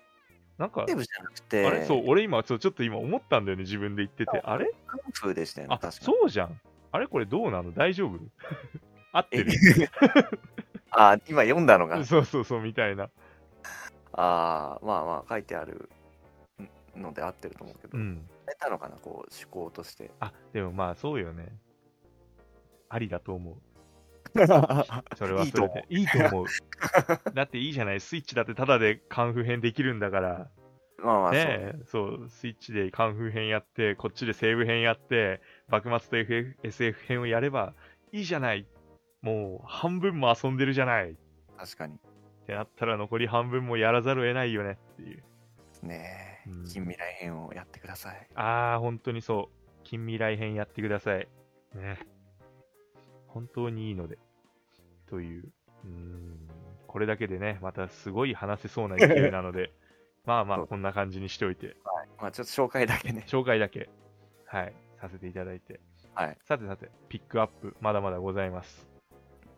[SPEAKER 2] なんか、
[SPEAKER 1] セーブじゃなく
[SPEAKER 2] あ
[SPEAKER 1] て、
[SPEAKER 2] れそう、俺今、そうちょっと今思ったんだよね、自分で言ってて。あれ
[SPEAKER 1] カンフーでしたよね、
[SPEAKER 2] あ、
[SPEAKER 1] 確かに。
[SPEAKER 2] そうじゃん。あれこれどうなの大丈夫 合ってる
[SPEAKER 1] あ、今読んだのが。
[SPEAKER 2] そうそうそう、みたいな。
[SPEAKER 1] ああ、まあまあ、書いてあるので合ってると思うけど、
[SPEAKER 2] う
[SPEAKER 1] や
[SPEAKER 2] ん。
[SPEAKER 1] れたのかな、こう、趣向として。
[SPEAKER 2] あ、でもまあ、そうよね。ありだと思う。 それはそれで。いいと思う。 だっていいじゃない。スイッチだってタダでカンフー編できるんだから。
[SPEAKER 1] まあまあ、そう
[SPEAKER 2] ねえ、そう、スイッチでカンフー編やって、こっちでセーブ編やって、幕末と FF SF 編をやればいいじゃない。もう半分も遊んでるじゃない。っ
[SPEAKER 1] 確かに。
[SPEAKER 2] てなったら残り半分もやらざるを得ないよねっていう。
[SPEAKER 1] ねえ
[SPEAKER 2] うん、
[SPEAKER 1] 近未来編をやってください。
[SPEAKER 2] あー、本当にそう。近未来編やってください。ね。本当にいいので。 という。うーん。これだけでね、またすごい話せそうな勢いなので、まあまあ、
[SPEAKER 1] そう
[SPEAKER 2] こんな感じにしておいて、
[SPEAKER 1] まあちょっと紹介だけ ね。
[SPEAKER 2] 紹介だけ、はい、させていただいて。
[SPEAKER 1] はい。
[SPEAKER 2] さてさて、ピックアップ、まだまだございます。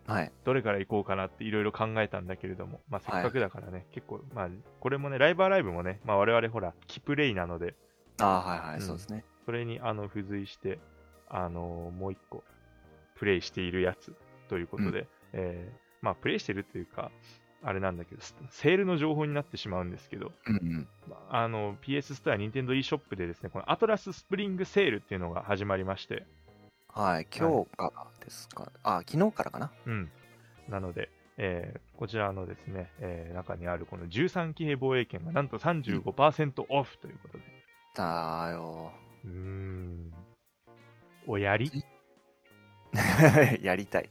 [SPEAKER 1] はい。
[SPEAKER 2] どれから行こうかなっていろいろ考えたんだけれども、まあ、せ
[SPEAKER 1] はい
[SPEAKER 2] っかくだからね、結構、まあ、これもね、ライブアライブもね、まあ、我々ほら、キプレイなので、
[SPEAKER 1] ああ、はいはい、
[SPEAKER 2] うん
[SPEAKER 1] そうですね。
[SPEAKER 2] それにあの付随して、あのもう一個、プレイしているやつということで、えーまあ、プレイしてるというか、あれなんだけど、スセールの情報になってしまうんですけど、
[SPEAKER 1] うんうん。
[SPEAKER 2] あの PS ストア、Nintendo e ショップでですね、このアトラススプリングセールっていうのが始まりまして、
[SPEAKER 1] はい。今日からですか。あ、昨日からかな。
[SPEAKER 2] うん。なので、えーこちらのですね、えー中にあるこの13騎兵防衛券がなんと35%オフということで。
[SPEAKER 1] だよ。
[SPEAKER 2] うーん。おやり
[SPEAKER 1] やりたい。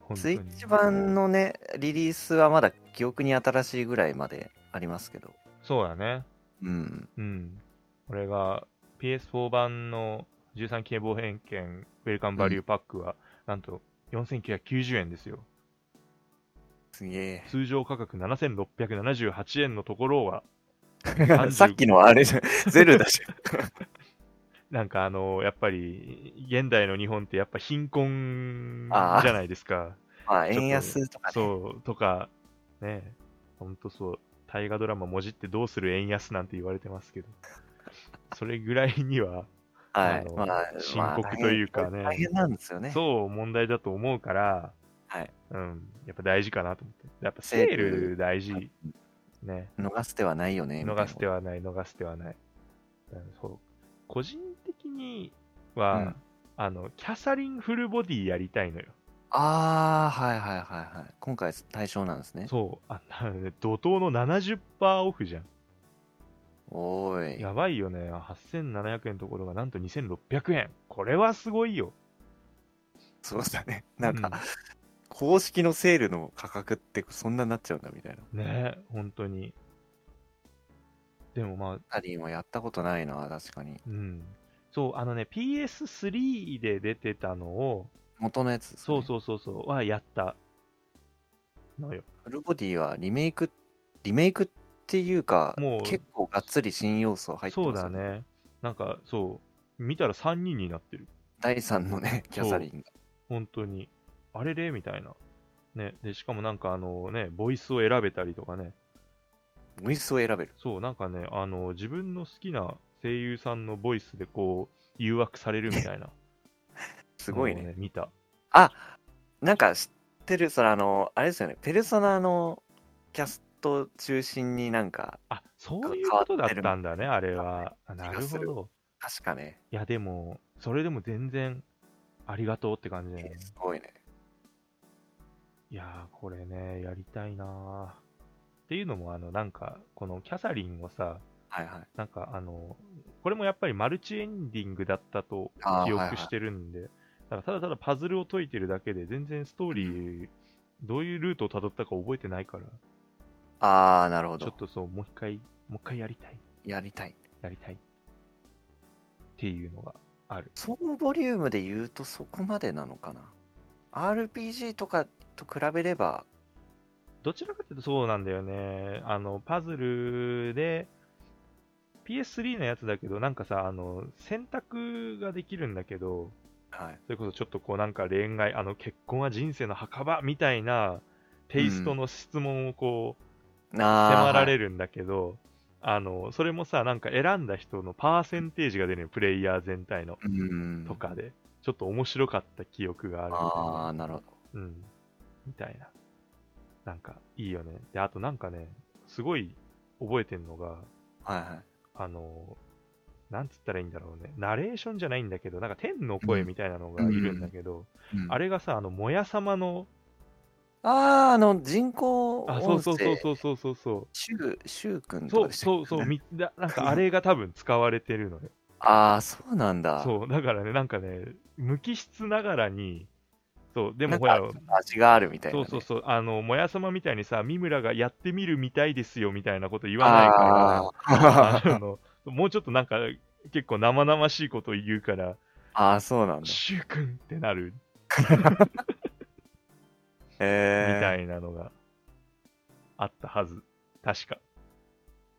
[SPEAKER 2] 本当
[SPEAKER 1] スイ
[SPEAKER 2] に
[SPEAKER 1] ッチ版のね、リリースはまだ記憶に新しいぐらいまでありますけど。
[SPEAKER 2] そうだね。
[SPEAKER 1] うん。
[SPEAKER 2] うん。これが PS4 版の13騎兵防衛券ウェルカムバリューパックは、なんと4990円ですよ。
[SPEAKER 1] すげ
[SPEAKER 2] 通常価格7678円のとこ ろは、
[SPEAKER 1] え。 さっきのあれ じゃ、ゼルだし。
[SPEAKER 2] なんかあの、やっぱり、現代の日本ってやっぱ貧困
[SPEAKER 1] あー
[SPEAKER 2] じゃないですか。
[SPEAKER 1] まあ、円安とかね。
[SPEAKER 2] そう、とか、ね、ほんとそう、大河ドラマもじってどうする円安なんて言われてますけど、それぐらいには、
[SPEAKER 1] は
[SPEAKER 2] あ
[SPEAKER 1] い。
[SPEAKER 2] の
[SPEAKER 1] まあ、
[SPEAKER 2] 深刻というかね
[SPEAKER 1] まあ大変大変なんですよね。
[SPEAKER 2] そう問題だと思うから、
[SPEAKER 1] はい
[SPEAKER 2] うん、やっぱ大事かなと思って。やっぱセール大事、ね、
[SPEAKER 1] 逃す手はないよね。みたいな
[SPEAKER 2] 逃す手はない、逃す手はない。だからそう個人的には、
[SPEAKER 1] うん
[SPEAKER 2] あの、キャサリンフルボディやりたいのよ。
[SPEAKER 1] ああ、はいはいはいはい。今回対象なんですね。
[SPEAKER 2] そう、あな ので、怒涛の70%オフじゃん。
[SPEAKER 1] おーい。
[SPEAKER 2] やばいよね。8700円のところがなんと2600円。これはすごいよ。
[SPEAKER 1] そうだね。なんか、
[SPEAKER 2] うん
[SPEAKER 1] 公式のセールの価格ってそんなになっちゃうんだみたいな。
[SPEAKER 2] ねえ、本当に。でもまあ、
[SPEAKER 1] アリーもやったことないな、確かに。
[SPEAKER 2] うん。そう、あのね、PS3 で出てたのを、
[SPEAKER 1] 元のやつ、
[SPEAKER 2] そうそうそうそう、はやったのよ。
[SPEAKER 1] う。フルボディはリメイク、リメイクっていうか、
[SPEAKER 2] もう
[SPEAKER 1] 結構がっつり新要素入って
[SPEAKER 2] そう
[SPEAKER 1] ます
[SPEAKER 2] だ。ね。なんか、そう、見たら3人になってる。
[SPEAKER 1] 第3のね、キャサリンが。
[SPEAKER 2] 本当に。あれれみたいな。ね。で、しかもなんかあのね、ボイスを選べたりとかね。
[SPEAKER 1] ボイスを選べる。
[SPEAKER 2] そう、なんかね、あの、自分の好きな声優さんのボイスでこう、誘惑されるみたいな。
[SPEAKER 1] すごい
[SPEAKER 2] のを
[SPEAKER 1] ね。
[SPEAKER 2] 見た。
[SPEAKER 1] なんか知ってる、それあの、あれですよね、ペルソナのキャスト中心になんか、
[SPEAKER 2] あ、そういうことだったんだね、あれは。あな
[SPEAKER 1] が
[SPEAKER 2] る
[SPEAKER 1] す
[SPEAKER 2] ほ
[SPEAKER 1] る
[SPEAKER 2] ど。
[SPEAKER 1] 確かね、
[SPEAKER 2] いや、でも、それでも全然、ありがとうって感じだよね。
[SPEAKER 1] すごいね。
[SPEAKER 2] いやー、これね、やりたいなーっていうのも、あの、なんか、このキャサリンをさ、
[SPEAKER 1] はいはい。
[SPEAKER 2] なんか、あの、これもやっぱりマルチエンディングだったと
[SPEAKER 1] あー
[SPEAKER 2] 記
[SPEAKER 1] はいは
[SPEAKER 2] 憶
[SPEAKER 1] い
[SPEAKER 2] してるんで、なんかただただパズルを解いてるだけで、全然ストーリー、どういうルートをたどったか覚えてないから、
[SPEAKER 1] ああ、なるほ
[SPEAKER 2] ちょ
[SPEAKER 1] ど
[SPEAKER 2] っ。とそう、もう一回、もう一回やりたい、
[SPEAKER 1] やりたい。
[SPEAKER 2] やりたい。っていうのがある。
[SPEAKER 1] そのボリュームで言うとそこまでなのかな。RPG とかと比べれば、
[SPEAKER 2] どちらかというとそうなんだよね。あの、パズルで、PS3 のやつだけど、なんかさ、あの、選択ができるんだけど、
[SPEAKER 1] はい。
[SPEAKER 2] それこそちょっとこうなんか恋愛、あの、結婚は人生の墓場みたいなテイストの質問をこう、迫
[SPEAKER 1] 迫
[SPEAKER 2] られ
[SPEAKER 1] る。
[SPEAKER 2] るんだけど、あの、それもさ、なんか選んだ人のパーセンテージが出るよ、プレイヤー全体の、
[SPEAKER 1] うん。
[SPEAKER 2] と。かで。ちょっと面白かった記憶があるみたいな。
[SPEAKER 1] ああ、なるほど。
[SPEAKER 2] うん。みたいな。なんか、いいよね。で、あとなんかね、すごい覚えてんのが、
[SPEAKER 1] はいはい。
[SPEAKER 2] あの、なんつったらいいんだろうね。ナレーションじゃないんだけど、なんか天の声みたいなのがいるんだけど、
[SPEAKER 1] うん
[SPEAKER 2] あれがさ、あの、もや様の、
[SPEAKER 1] ああ、あの、人工
[SPEAKER 2] あ、そう
[SPEAKER 1] 音
[SPEAKER 2] そうそ
[SPEAKER 1] 声、
[SPEAKER 2] うそうそうそうそう。
[SPEAKER 1] シュウ、シュウ君と
[SPEAKER 2] そ
[SPEAKER 1] か
[SPEAKER 2] う
[SPEAKER 1] でした
[SPEAKER 2] そうそう、みだなんかあれが多分使われてるのよ。
[SPEAKER 1] ああ、そうなんだ。
[SPEAKER 2] そう、だからね、なんかね、無機質ながらに、そう、
[SPEAKER 1] で
[SPEAKER 2] でも
[SPEAKER 1] もほ
[SPEAKER 2] ほら
[SPEAKER 1] ら、、味があるみたいな
[SPEAKER 2] そ
[SPEAKER 1] ね。
[SPEAKER 2] うそうそう、あの、もや様みたいにさ、三村がやってみるみたいですよみたいなこと言わないから、
[SPEAKER 1] あ
[SPEAKER 2] あの、もうちょっとなんか、結構生々しいことを言うから、
[SPEAKER 1] ああ、そう なんだ。
[SPEAKER 2] シュウくんってなるみ
[SPEAKER 1] え
[SPEAKER 2] たいなのがあったはず。確か。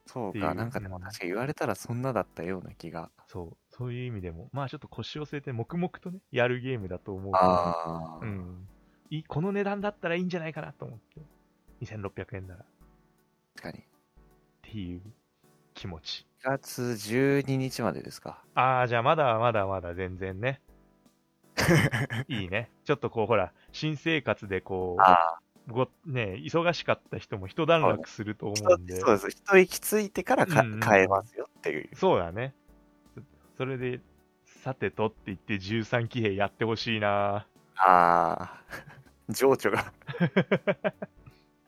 [SPEAKER 1] そう
[SPEAKER 2] ってい
[SPEAKER 1] か、
[SPEAKER 2] う
[SPEAKER 1] なんかでも確か言われたらそんなだったような気が。
[SPEAKER 2] そう。そういう意味でも、まあちょっと腰を据えて黙々とね、やるゲームだと思うけど
[SPEAKER 1] ああ、
[SPEAKER 2] うん。いこの値段だったらいいんじゃないかなと思って。2600円なら。っ
[SPEAKER 1] 確かに。
[SPEAKER 2] ていう気持ち。
[SPEAKER 1] 4月12日までですか。
[SPEAKER 2] ああ、じゃあまだまだまだ全 然ね。いいね。ちょっとこう、ほら、新生活でこ
[SPEAKER 1] あ
[SPEAKER 2] う、ごね、忙しかった人も一段落すると思うんで。
[SPEAKER 1] そうです。一息ついてからか、
[SPEAKER 2] うんうん
[SPEAKER 1] 変えますよっていう。
[SPEAKER 2] そうだね。そそれで、さてとって言って13騎兵やってほしいな。
[SPEAKER 1] ああ、 情緒が。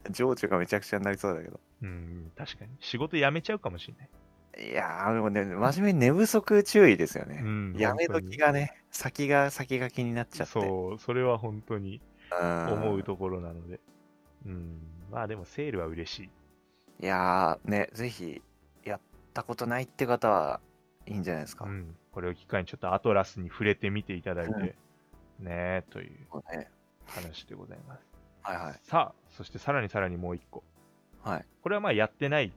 [SPEAKER 1] 情緒がめちゃくちゃになりそうだけど。
[SPEAKER 2] うん、確かに。仕事辞めちゃうかもしれない。
[SPEAKER 1] いやー、でもね、真面目に寝不足注意ですよね。
[SPEAKER 2] うん
[SPEAKER 1] やめ時がね、先が先が気になっちゃって。
[SPEAKER 2] そう、それは本当に
[SPEAKER 1] ん
[SPEAKER 2] 思うところなので。うん、まあでもセールは嬉しい。
[SPEAKER 1] いやー、ね、ぜひ、やったことないって方は、いいんじゃないですか。
[SPEAKER 2] うん、これを機会にちょっとアトラスに触れてみていただいて、
[SPEAKER 1] うん
[SPEAKER 2] ねえという
[SPEAKER 1] そうね、
[SPEAKER 2] 話でございます。
[SPEAKER 1] はいはい。
[SPEAKER 2] さあ、そしてさらにさらにもう一個。
[SPEAKER 1] はい。
[SPEAKER 2] これはまあやってない。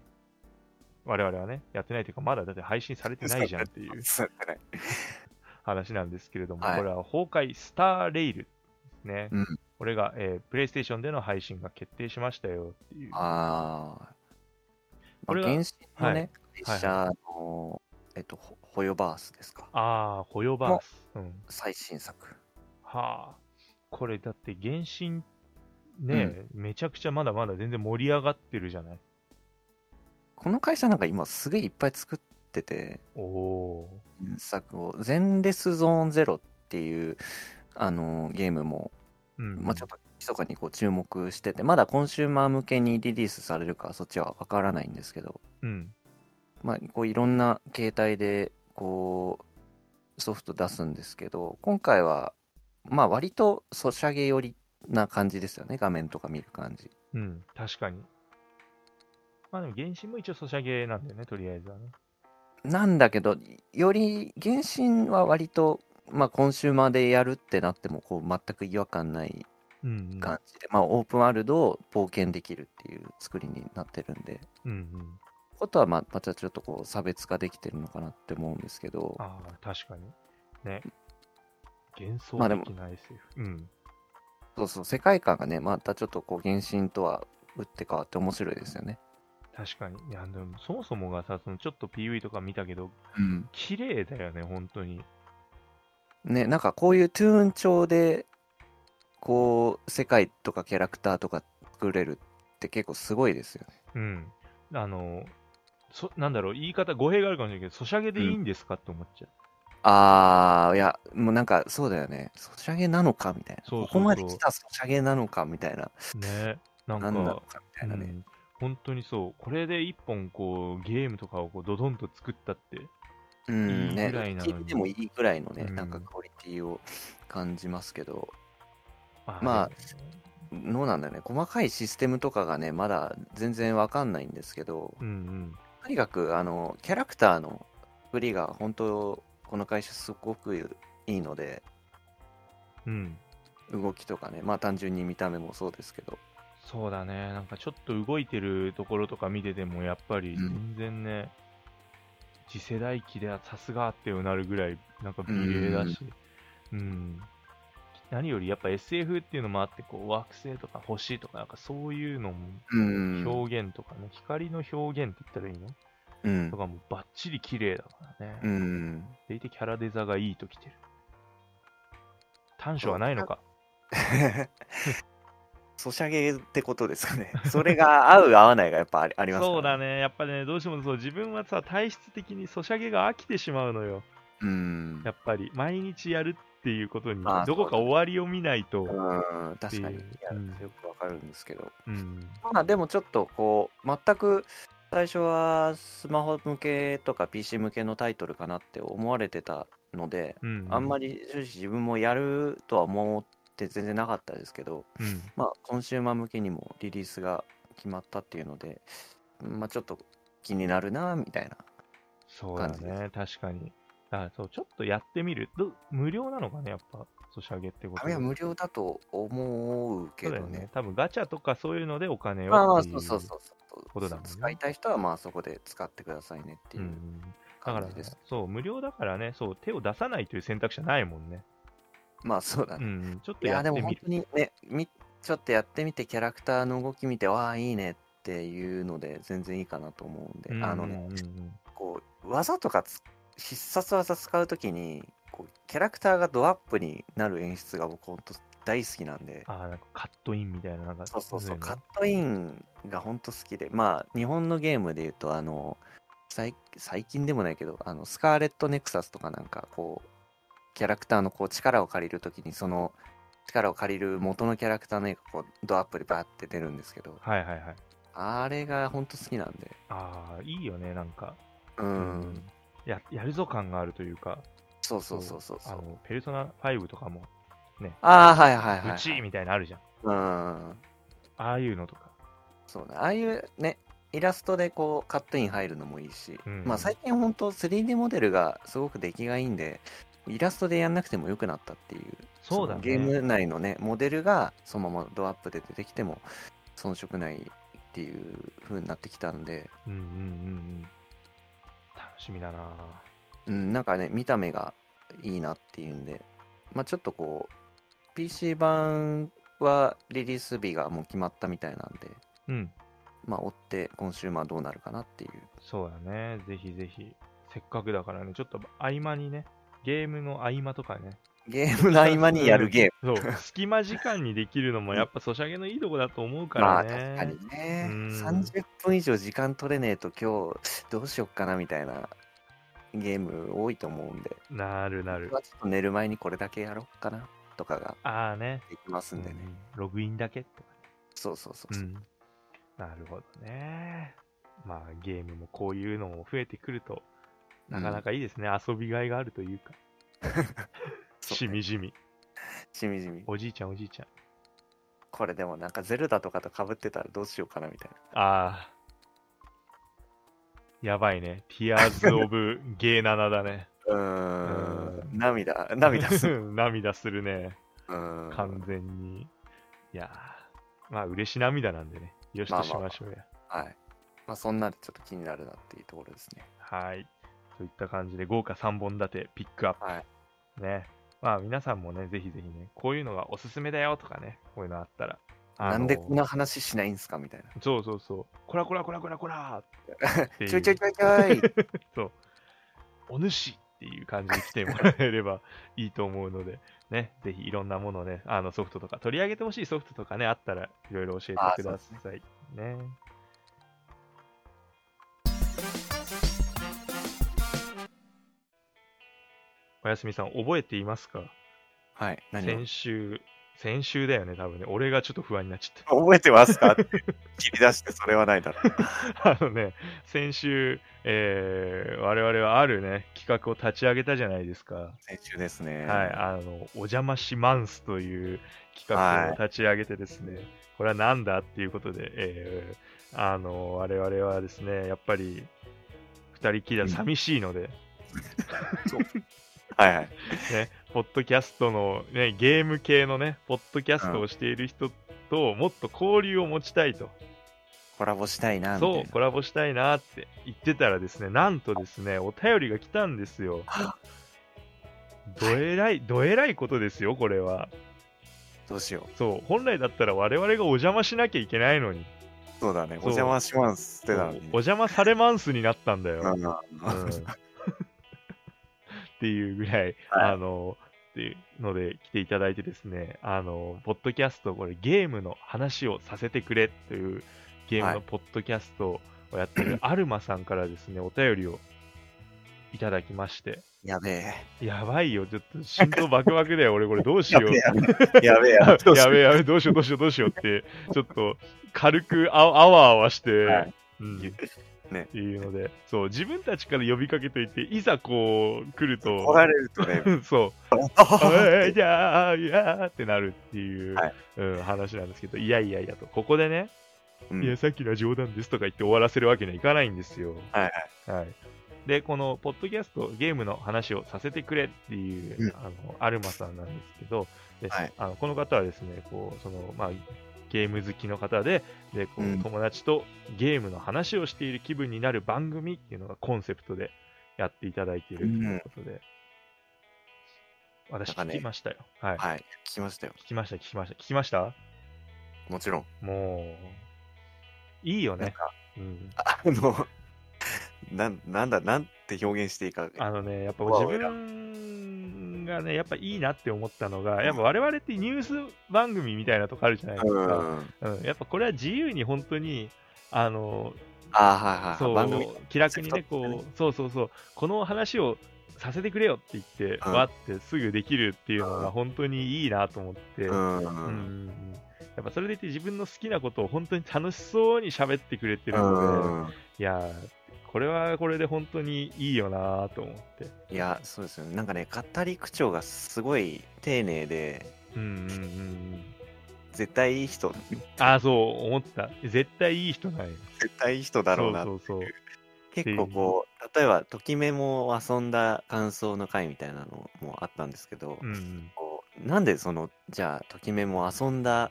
[SPEAKER 2] 我々はね、やってないというか、まだだって配信されてないじゃんっていう
[SPEAKER 1] そうだね
[SPEAKER 2] 話なんですけれども、
[SPEAKER 1] はい
[SPEAKER 2] これは崩壊スターレイルですね。
[SPEAKER 1] うん
[SPEAKER 2] これが、えー、PlayStation での配信が決定しましたよっていう。
[SPEAKER 1] あー。ま
[SPEAKER 2] これ
[SPEAKER 1] あ、
[SPEAKER 2] が
[SPEAKER 1] 原神のね、
[SPEAKER 2] はい
[SPEAKER 1] 会社の、えっと、ホホヨバースですか。
[SPEAKER 2] ああ、ホヨバース。うん、
[SPEAKER 1] 最新作。
[SPEAKER 2] はあ、これだって原神ね、めちゃくちゃまだまだ全然盛り上がってるじゃない。
[SPEAKER 1] この会社なんか今すげえいっぱい作ってて、
[SPEAKER 2] おお
[SPEAKER 1] 原作を、ゼンレスゾーンゼロっていう、あのゲームも、
[SPEAKER 2] ー。うん。
[SPEAKER 1] まあ、ちょっと密かにこう注目してて、まだコンシューマー向けにリリースされるかそっちはわからないんですけど、
[SPEAKER 2] うん。
[SPEAKER 1] まあ、こういろんな形態でこうソフト出すんですけど、今回は、まあ、割とソシャゲ寄りな感じですよね、画面とか見る感じ。
[SPEAKER 2] うん。確かに。まあでも原神も一応ソシャゲなんだよね、とりあえずはね。
[SPEAKER 1] なんだけど、より原神は割と、まあ、コンシューマーでやるってなってもこう全く違和感ない
[SPEAKER 2] うん、うん。
[SPEAKER 1] 感じで、まあ、オープンワールドを冒険できるっていう作りになってるんで、
[SPEAKER 2] うんうん。
[SPEAKER 1] ことはまあまたちょっとこう差別化できてるのかなって思うんですけど、
[SPEAKER 2] ああ、確かに。ね。幻想
[SPEAKER 1] まあでも
[SPEAKER 2] 的な SF。うん。
[SPEAKER 1] そうそう、世界観がね、またちょっとこう原神とは打って変わって面白いですよね。
[SPEAKER 2] 確かに。いや、でもそもそもがさ、そのちょっと PV とか見たけど、
[SPEAKER 1] うん。
[SPEAKER 2] 綺麗だよね、本当に。
[SPEAKER 1] ね、なんかこういうトゥーン調で、こう、世界とかキャラクターとか作れるって結構すごいですよね。
[SPEAKER 2] うん。あの、そなんだろう、言い方、語弊があるかもしれないけど、ソシャゲでいいんですかって思っちゃう。
[SPEAKER 1] あー、いや、もうなんかそうだよね。ソシャゲなのかみたいな。
[SPEAKER 2] そうそうそう
[SPEAKER 1] ここまで来たソシャゲなのかみたいな。
[SPEAKER 2] ねなんか
[SPEAKER 1] なんなのかみたいなね。
[SPEAKER 2] うん本当にそう、これで一本こうゲームとかをこうドドンと作ったって、
[SPEAKER 1] うん
[SPEAKER 2] いい
[SPEAKER 1] ね
[SPEAKER 2] ぐらいなのに
[SPEAKER 1] 聞いてもいいくらいのね、
[SPEAKER 2] うん
[SPEAKER 1] なんかクオリティを感じますけど、
[SPEAKER 2] あ
[SPEAKER 1] まあ
[SPEAKER 2] で
[SPEAKER 1] どうなんだろうね、細かいシステムとかがね、まだ全然わかんないんですけど、
[SPEAKER 2] もうん
[SPEAKER 1] とにかく、あの、キャラクターの作りが本当、この会社すごくいいので、
[SPEAKER 2] うん、うん、
[SPEAKER 1] 動きとかね、まあ単純に見た目もそうですけど、
[SPEAKER 2] そうだね、なんかちょっと動いてるところとか見てても、やっぱり
[SPEAKER 1] うん
[SPEAKER 2] 全然ね、次世代機ではさすがってうなるぐらい、なんか美麗だし、うん、何よりやっぱ SF っていうのもあって、こう惑星とか星とか、なんかそういうのも
[SPEAKER 1] うん。
[SPEAKER 2] 表現とかね、光の表現って言ったらいいの
[SPEAKER 1] うん
[SPEAKER 2] と。かもバッチリ綺麗だからね。
[SPEAKER 1] うん。
[SPEAKER 2] でいてキャラデザがいいときてる。短所はないのか。
[SPEAKER 1] ソシャゲってことですかね。それが合う合わないがやっぱありありますから
[SPEAKER 2] そうだね。やっぱね、どうしてもそう、自分はさ、体質的にソシャゲが飽きてしまうのよ。
[SPEAKER 1] うん。
[SPEAKER 2] やっぱり、毎日やるっていうことに
[SPEAKER 1] あ、ー
[SPEAKER 2] どこか終わりを見ないと。
[SPEAKER 1] うん、確かに。い
[SPEAKER 2] っていう
[SPEAKER 1] や
[SPEAKER 2] うん
[SPEAKER 1] よくわかるんですけど。
[SPEAKER 2] うん。
[SPEAKER 1] まあでもちょっとこう全く最初はスマホ向けとか PC 向けのタイトルかなって思われてたので、
[SPEAKER 2] うん。
[SPEAKER 1] あんまり正直自分もやるとは思って全然なかったですけど、
[SPEAKER 2] うん。
[SPEAKER 1] まあ、コンシューマー向けにもリリースが決まったっていうので、まあ、ちょっと気になるなみたいな。
[SPEAKER 2] そうだ
[SPEAKER 1] 感じで
[SPEAKER 2] ね。確かに。だからそう、ちょっとやってみる。ど無料なのかね、やっぱ、ソシャゲってこと
[SPEAKER 1] あれは無料だと思うけ
[SPEAKER 2] そうだ
[SPEAKER 1] ど
[SPEAKER 2] よ
[SPEAKER 1] ね
[SPEAKER 2] ね。。多分、ガチャとかそういうのでお金を。
[SPEAKER 1] まあまあそうそうそうそう。
[SPEAKER 2] ことだもんね
[SPEAKER 1] 使いたい人はまあそこで使ってくださいねって
[SPEAKER 2] う、
[SPEAKER 1] いうん
[SPEAKER 2] だか
[SPEAKER 1] 感
[SPEAKER 2] ら
[SPEAKER 1] じです。
[SPEAKER 2] そう無料だからねそう手を出さないという選択肢はないもんね、
[SPEAKER 1] まあそうだ
[SPEAKER 2] う
[SPEAKER 1] ね。
[SPEAKER 2] ん、ちょっ
[SPEAKER 1] い
[SPEAKER 2] とや
[SPEAKER 1] や
[SPEAKER 2] っ
[SPEAKER 1] で
[SPEAKER 2] て
[SPEAKER 1] も本
[SPEAKER 2] みる
[SPEAKER 1] 当にねみ、ちょっとやってみてキャラクターの動き見て、わあいいねっていうので全然いいかなと思うんで、あのね、
[SPEAKER 2] うんうん
[SPEAKER 1] こう技とかつ必殺技使うときにこうキャラクターがドアップになる演出が僕本当大好きなんで。
[SPEAKER 2] あーなんかカットインみたいななんか
[SPEAKER 1] そうそうそう、
[SPEAKER 2] ね
[SPEAKER 1] カットインが本当好きで、まあ、日本のゲームで言うと、あの、最最近でもないけど、あの、スカーレットネクサスとかなんか、こう、キャラクターのこう力を借りるときに、その力を借りる元のキャラクターの絵がこう、ドアップでバーって出るんですけど、
[SPEAKER 2] はいはいはい
[SPEAKER 1] あれが本当好きなんで、
[SPEAKER 2] ああいいよねなんか
[SPEAKER 1] う、
[SPEAKER 2] うんややるぞ感があるというか
[SPEAKER 1] そうそうそうそうそ
[SPEAKER 2] あ
[SPEAKER 1] う。
[SPEAKER 2] のペルソナ5とかも
[SPEAKER 1] ああ、はいはいはい、は
[SPEAKER 2] うちー
[SPEAKER 1] い。
[SPEAKER 2] みたいなのあるじゃん
[SPEAKER 1] うん。
[SPEAKER 2] ああいうのとか
[SPEAKER 1] そうね、ああいうね、イラストでこうカットイン入るのもいいし、
[SPEAKER 2] うん
[SPEAKER 1] まあ最近本当 3D モデルがすごく出来がいいんで、イラストでやんなくても良くなったっていう、
[SPEAKER 2] そうだね
[SPEAKER 1] そのゲーム内のね、モデルがそのままドアップで出てきても遜色ないっていう風になってきたんで、
[SPEAKER 2] うんうんうんうん楽しみだな
[SPEAKER 1] うん、なんかね、見た目がいいなっていうんで、まあちょっとこう、PC 版はリリース日がもう決まったみたいなんで、
[SPEAKER 2] うん
[SPEAKER 1] まあ追って今週まあどうなるかなっていう。
[SPEAKER 2] そうだねぜひぜひせっかくだからねちょっと合間にねゲームの合間とかね
[SPEAKER 1] ゲームの合間にやるゲーム
[SPEAKER 2] そう 隙間時間にできるのもやっぱソシャゲのいいとこだと思うか
[SPEAKER 1] ま
[SPEAKER 2] ら
[SPEAKER 1] あ
[SPEAKER 2] ね、
[SPEAKER 1] 確かにね
[SPEAKER 2] うん
[SPEAKER 1] 30分以上時間取れねえと今日どうしよっかなみたいなゲーム多いと思うんで
[SPEAKER 2] なるなる
[SPEAKER 1] 僕はちょっと寝る前にこれだけやろうかなとかが
[SPEAKER 2] ああね
[SPEAKER 1] できますんでね、
[SPEAKER 2] うんログインだけとか
[SPEAKER 1] そうそうそう
[SPEAKER 2] う
[SPEAKER 1] そう、
[SPEAKER 2] ん、なるほどね。まあゲームもこういうのも増えてくると、なかなかいいですね。遊びがいがあるという か、
[SPEAKER 1] そう
[SPEAKER 2] しみじみ。
[SPEAKER 1] しみじみ
[SPEAKER 2] おじいちゃんおじいちゃん。
[SPEAKER 1] これでもなんかゼルダとかとかぶってたらどうしようかなみたいな
[SPEAKER 2] ああ。やばいね。Tears of ゲーナナだね。
[SPEAKER 1] うーん
[SPEAKER 2] うん
[SPEAKER 1] ん涙涙する
[SPEAKER 2] 涙するね。
[SPEAKER 1] うーん
[SPEAKER 2] 完全に。いやーまあ嬉し涙なんでね。よしとしましょうや。
[SPEAKER 1] はいまあそんなでちょっと気になるなっていうところですね
[SPEAKER 2] はい。といった感じで豪華3本立てピックアップ。
[SPEAKER 1] はい
[SPEAKER 2] ね。まあ皆さんもね、ぜひぜひね、こういうのがおすすめだよとかね、こういうのあったら。あの
[SPEAKER 1] なんでこんな話しないんすかみたい
[SPEAKER 2] そうそうそう。こらこらこらこらこらって
[SPEAKER 1] な
[SPEAKER 2] い う
[SPEAKER 1] ちょいちょいちょいちょい
[SPEAKER 2] そう。お主っていう感じで来てもらえればいいと思うので、ね、ぜひいろんなものをね、あのソフトとか、取り上げてほしいソフトとかね、あったらいろいろ教えて
[SPEAKER 1] あー
[SPEAKER 2] く
[SPEAKER 1] そう
[SPEAKER 2] だ
[SPEAKER 1] ですね
[SPEAKER 2] さいね。おやすみさん、覚えていますか
[SPEAKER 1] はい何を
[SPEAKER 2] 先週、先週だよね、多分ね。俺がちょっと不安になっちゃった。
[SPEAKER 1] 覚えてますか 切り出してそれはないだろう。
[SPEAKER 2] あのね、先週、えー我々はあるね、企画を立ち上げたじゃないですか。
[SPEAKER 1] 先週ですね。
[SPEAKER 2] はい、あの、お邪魔しますという企画を立ち上げてですね、これは何だっていうことで、えーあの、我々はですね、やっぱり、二人きりは寂しいので、
[SPEAKER 1] はいはい。
[SPEAKER 2] ね、ポッドキャストの、ね、ゲーム系のね、ポッドキャストをしている人ともっと交流を持ちたいと、
[SPEAKER 1] コラボしたいなみたい
[SPEAKER 2] そ
[SPEAKER 1] な。
[SPEAKER 2] う、コラボしたいなって言ってたらですね、なんとですね、お便りが来たんですよ。どえらい、どえらいことですよ、これは。
[SPEAKER 1] どうしよ
[SPEAKER 2] そう、本来だったら我々がお邪魔しなきゃいけないのに、
[SPEAKER 1] う。そうだね。
[SPEAKER 2] そう
[SPEAKER 1] お邪魔しますってなの
[SPEAKER 2] そ
[SPEAKER 1] に
[SPEAKER 2] うお。邪魔されマンスになったんだよ。
[SPEAKER 1] うん
[SPEAKER 2] うんっていうぐらい、あの、っていうので来ていただいてですね、あの、ポッドキャスト、これゲームの話をさせてくれというゲーム
[SPEAKER 1] は
[SPEAKER 2] の
[SPEAKER 1] い
[SPEAKER 2] ポッドキャストを やってるアルマさんからですね、お便りをいただきまして、
[SPEAKER 1] やべえ。
[SPEAKER 2] やばいよ、ちょっ と心臓バクバクだよ、俺これどうし よう。
[SPEAKER 1] やべえやべえ。どうし
[SPEAKER 2] やべえやべえ、どうしようどうしようどうしようって、ちょっと軽くああわあわして、
[SPEAKER 1] はい
[SPEAKER 2] うん
[SPEAKER 1] ね
[SPEAKER 2] っていうので、そう、自分たちから呼びかけといて、いざこう来ると、
[SPEAKER 1] 怒られるとね。
[SPEAKER 2] そう、あいやー、いやーってなるっていう、
[SPEAKER 1] はい
[SPEAKER 2] うん、話なんですけど、いやいやいやと、ここでね、
[SPEAKER 1] うん
[SPEAKER 2] いや、さっきのは冗談ですとか言って終わらせるわけにはいかないんですよ。
[SPEAKER 1] はい
[SPEAKER 2] はい。で、この、ポッドキャスト、ゲームの話をさせてくれっていう、
[SPEAKER 1] うん
[SPEAKER 2] あの、アルマさんなんですけど、で
[SPEAKER 1] はい
[SPEAKER 2] あのこの方はですね、こう、その、まあ、ゲーム好きの方ででこう
[SPEAKER 1] うん
[SPEAKER 2] 友達とゲームの話をしている気分になる番組っていうのがコンセプトでやっていただいているということで、私
[SPEAKER 1] なんか
[SPEAKER 2] 聞
[SPEAKER 1] ね
[SPEAKER 2] きましたよ、はい、
[SPEAKER 1] はい。聞きましたよ。
[SPEAKER 2] 聞きました聞きました聞きました
[SPEAKER 1] もちろん。
[SPEAKER 2] もういいよ
[SPEAKER 1] なん
[SPEAKER 2] ね、
[SPEAKER 1] か、
[SPEAKER 2] うん、
[SPEAKER 1] あの、 なんなんだ、なんて表現していいか。
[SPEAKER 2] あのね、やっぱ
[SPEAKER 1] わあ
[SPEAKER 2] 自分がね、やっぱいいなって思ったのが、やっぱ我々ってニュース番組みたいなとこあるじゃないです
[SPEAKER 1] うん。
[SPEAKER 2] か。
[SPEAKER 1] あ
[SPEAKER 2] うん、やっぱこれは自由に本当に、あの、
[SPEAKER 1] あー、
[SPEAKER 2] そ
[SPEAKER 1] はいはいはい。番組
[SPEAKER 2] う、気楽にね、
[SPEAKER 1] コンセプトって
[SPEAKER 2] こう、そうそうそう、この話をさせてくれよって言って、
[SPEAKER 1] うん
[SPEAKER 2] わってすぐできるっていうの
[SPEAKER 1] う
[SPEAKER 2] が
[SPEAKER 1] ん
[SPEAKER 2] 本当にいいなと思って、
[SPEAKER 1] う。
[SPEAKER 2] うんんう
[SPEAKER 1] うん。
[SPEAKER 2] んやっぱそれでいて自分の好きなことを本当に楽しそうに喋ってくれてるので、いやー、これはこれで本当にいいよなーと思って。
[SPEAKER 1] いや、そうですよね。なんかね、語り口調がすごい丁寧で、
[SPEAKER 2] うんうんうんうん。
[SPEAKER 1] 絶対いい人、
[SPEAKER 2] ああ、そう、思った。絶対いい人ない。
[SPEAKER 1] 絶対いい人だろうな。
[SPEAKER 2] そうそうそう。
[SPEAKER 1] 結構こう、例えば、ときめも遊んだ感想の回みたいなのもあったんですけど、
[SPEAKER 2] うんうん。
[SPEAKER 1] こうなんでその、じゃあ、ときめも遊んだ、んなん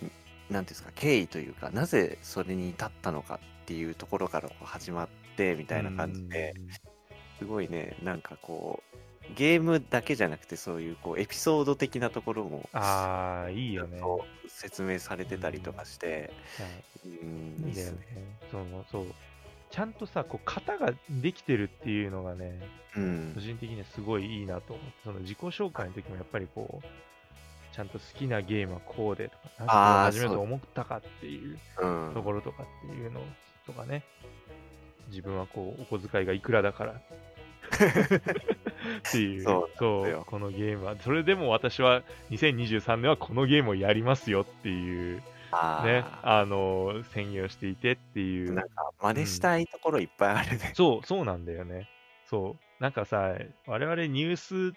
[SPEAKER 1] ていうんですか、経緯というか、なぜそれに至ったのかっていうところからこう始まって、みたいな感じで、すごいね、なんかこう、ゲームだけじゃなくて、そういうこうエピソード的なところも、
[SPEAKER 2] うん。ああ、いいよね。は
[SPEAKER 1] そう説明されてたりとかして、うん
[SPEAKER 2] い
[SPEAKER 1] いい
[SPEAKER 2] いい
[SPEAKER 1] っ
[SPEAKER 2] だ
[SPEAKER 1] す
[SPEAKER 2] よね
[SPEAKER 1] ね。。
[SPEAKER 2] その、そう。ちゃんとさ、こう、型ができてるっていうのがね、
[SPEAKER 1] うん
[SPEAKER 2] 個人的にはすごいいいなと思って、その自己紹介の時もやっぱりこう、ちゃんと好きなゲームはこうでとか、なんで
[SPEAKER 1] あー
[SPEAKER 2] 始めようと
[SPEAKER 1] そう
[SPEAKER 2] 思ったかっていう
[SPEAKER 1] うん
[SPEAKER 2] ところとかっていうのとかね、自分はこうお小遣いがいくらだ からっていう、
[SPEAKER 1] そうなん
[SPEAKER 2] そ
[SPEAKER 1] だ
[SPEAKER 2] う
[SPEAKER 1] よ
[SPEAKER 2] このゲームは、それでも私は2023年はこのゲームをやりますよっていう、ね、
[SPEAKER 1] あー
[SPEAKER 2] あの宣言をしていてっていう
[SPEAKER 1] なん、か真似したいところいっぱいあるね。
[SPEAKER 2] そう、そうなんだよね。そう、なんかさ、我々ニュース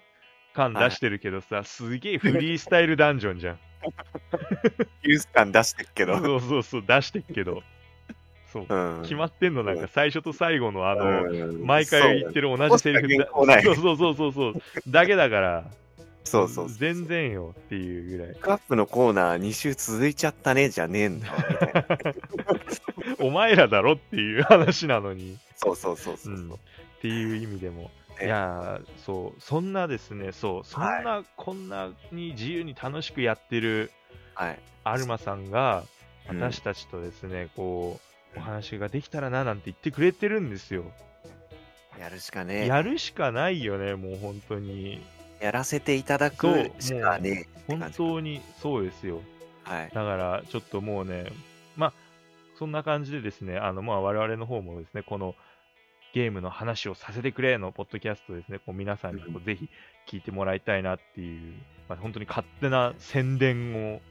[SPEAKER 2] 感出してるけどさ、すげえフリースタイルダンジョンじゃん。
[SPEAKER 1] ニュース感出してるけど。
[SPEAKER 2] そうそうそう、出してっけど。そう、
[SPEAKER 1] うん
[SPEAKER 2] 決まってんのなんか最初と最後のあの、
[SPEAKER 1] うん
[SPEAKER 2] 毎回言ってる同じセリフだ
[SPEAKER 1] そうだね
[SPEAKER 2] そうそうそうそうそうだけだから
[SPEAKER 1] そうそうそう。
[SPEAKER 2] 全然よっていうぐらい
[SPEAKER 1] カップのコーナー2週続いちゃったねじゃねえ んだよ。みたいな
[SPEAKER 2] お前らだろっていう話なのに、
[SPEAKER 1] そうそうそうそうう。
[SPEAKER 2] ん、っていう意味でもい
[SPEAKER 1] ね
[SPEAKER 2] やーそうそんなですねそうそんな、こんなに自由に楽しくやってる
[SPEAKER 1] はい。
[SPEAKER 2] アルマさんが
[SPEAKER 1] うん
[SPEAKER 2] 私たちとですね、こうお話ができたらななんて言ってくれてるんですよ。
[SPEAKER 1] やるしかねえ。や
[SPEAKER 2] やるしかないよね、もう本当に。
[SPEAKER 1] らせていただ
[SPEAKER 2] そ
[SPEAKER 1] く
[SPEAKER 2] う
[SPEAKER 1] しかねえって
[SPEAKER 2] 本
[SPEAKER 1] 感じ。
[SPEAKER 2] 当にそうですよ。
[SPEAKER 1] はい。
[SPEAKER 2] だから、ちょっともうね、まあ、そんな感じでですね、あの、まあ、我々の方もですね、このゲームの話をさせてくれのポッドキャストですね、こう皆さんにこ
[SPEAKER 1] う
[SPEAKER 2] うぜひ聞いてもらいたいなっていう、まあ、本当に勝手な宣伝を、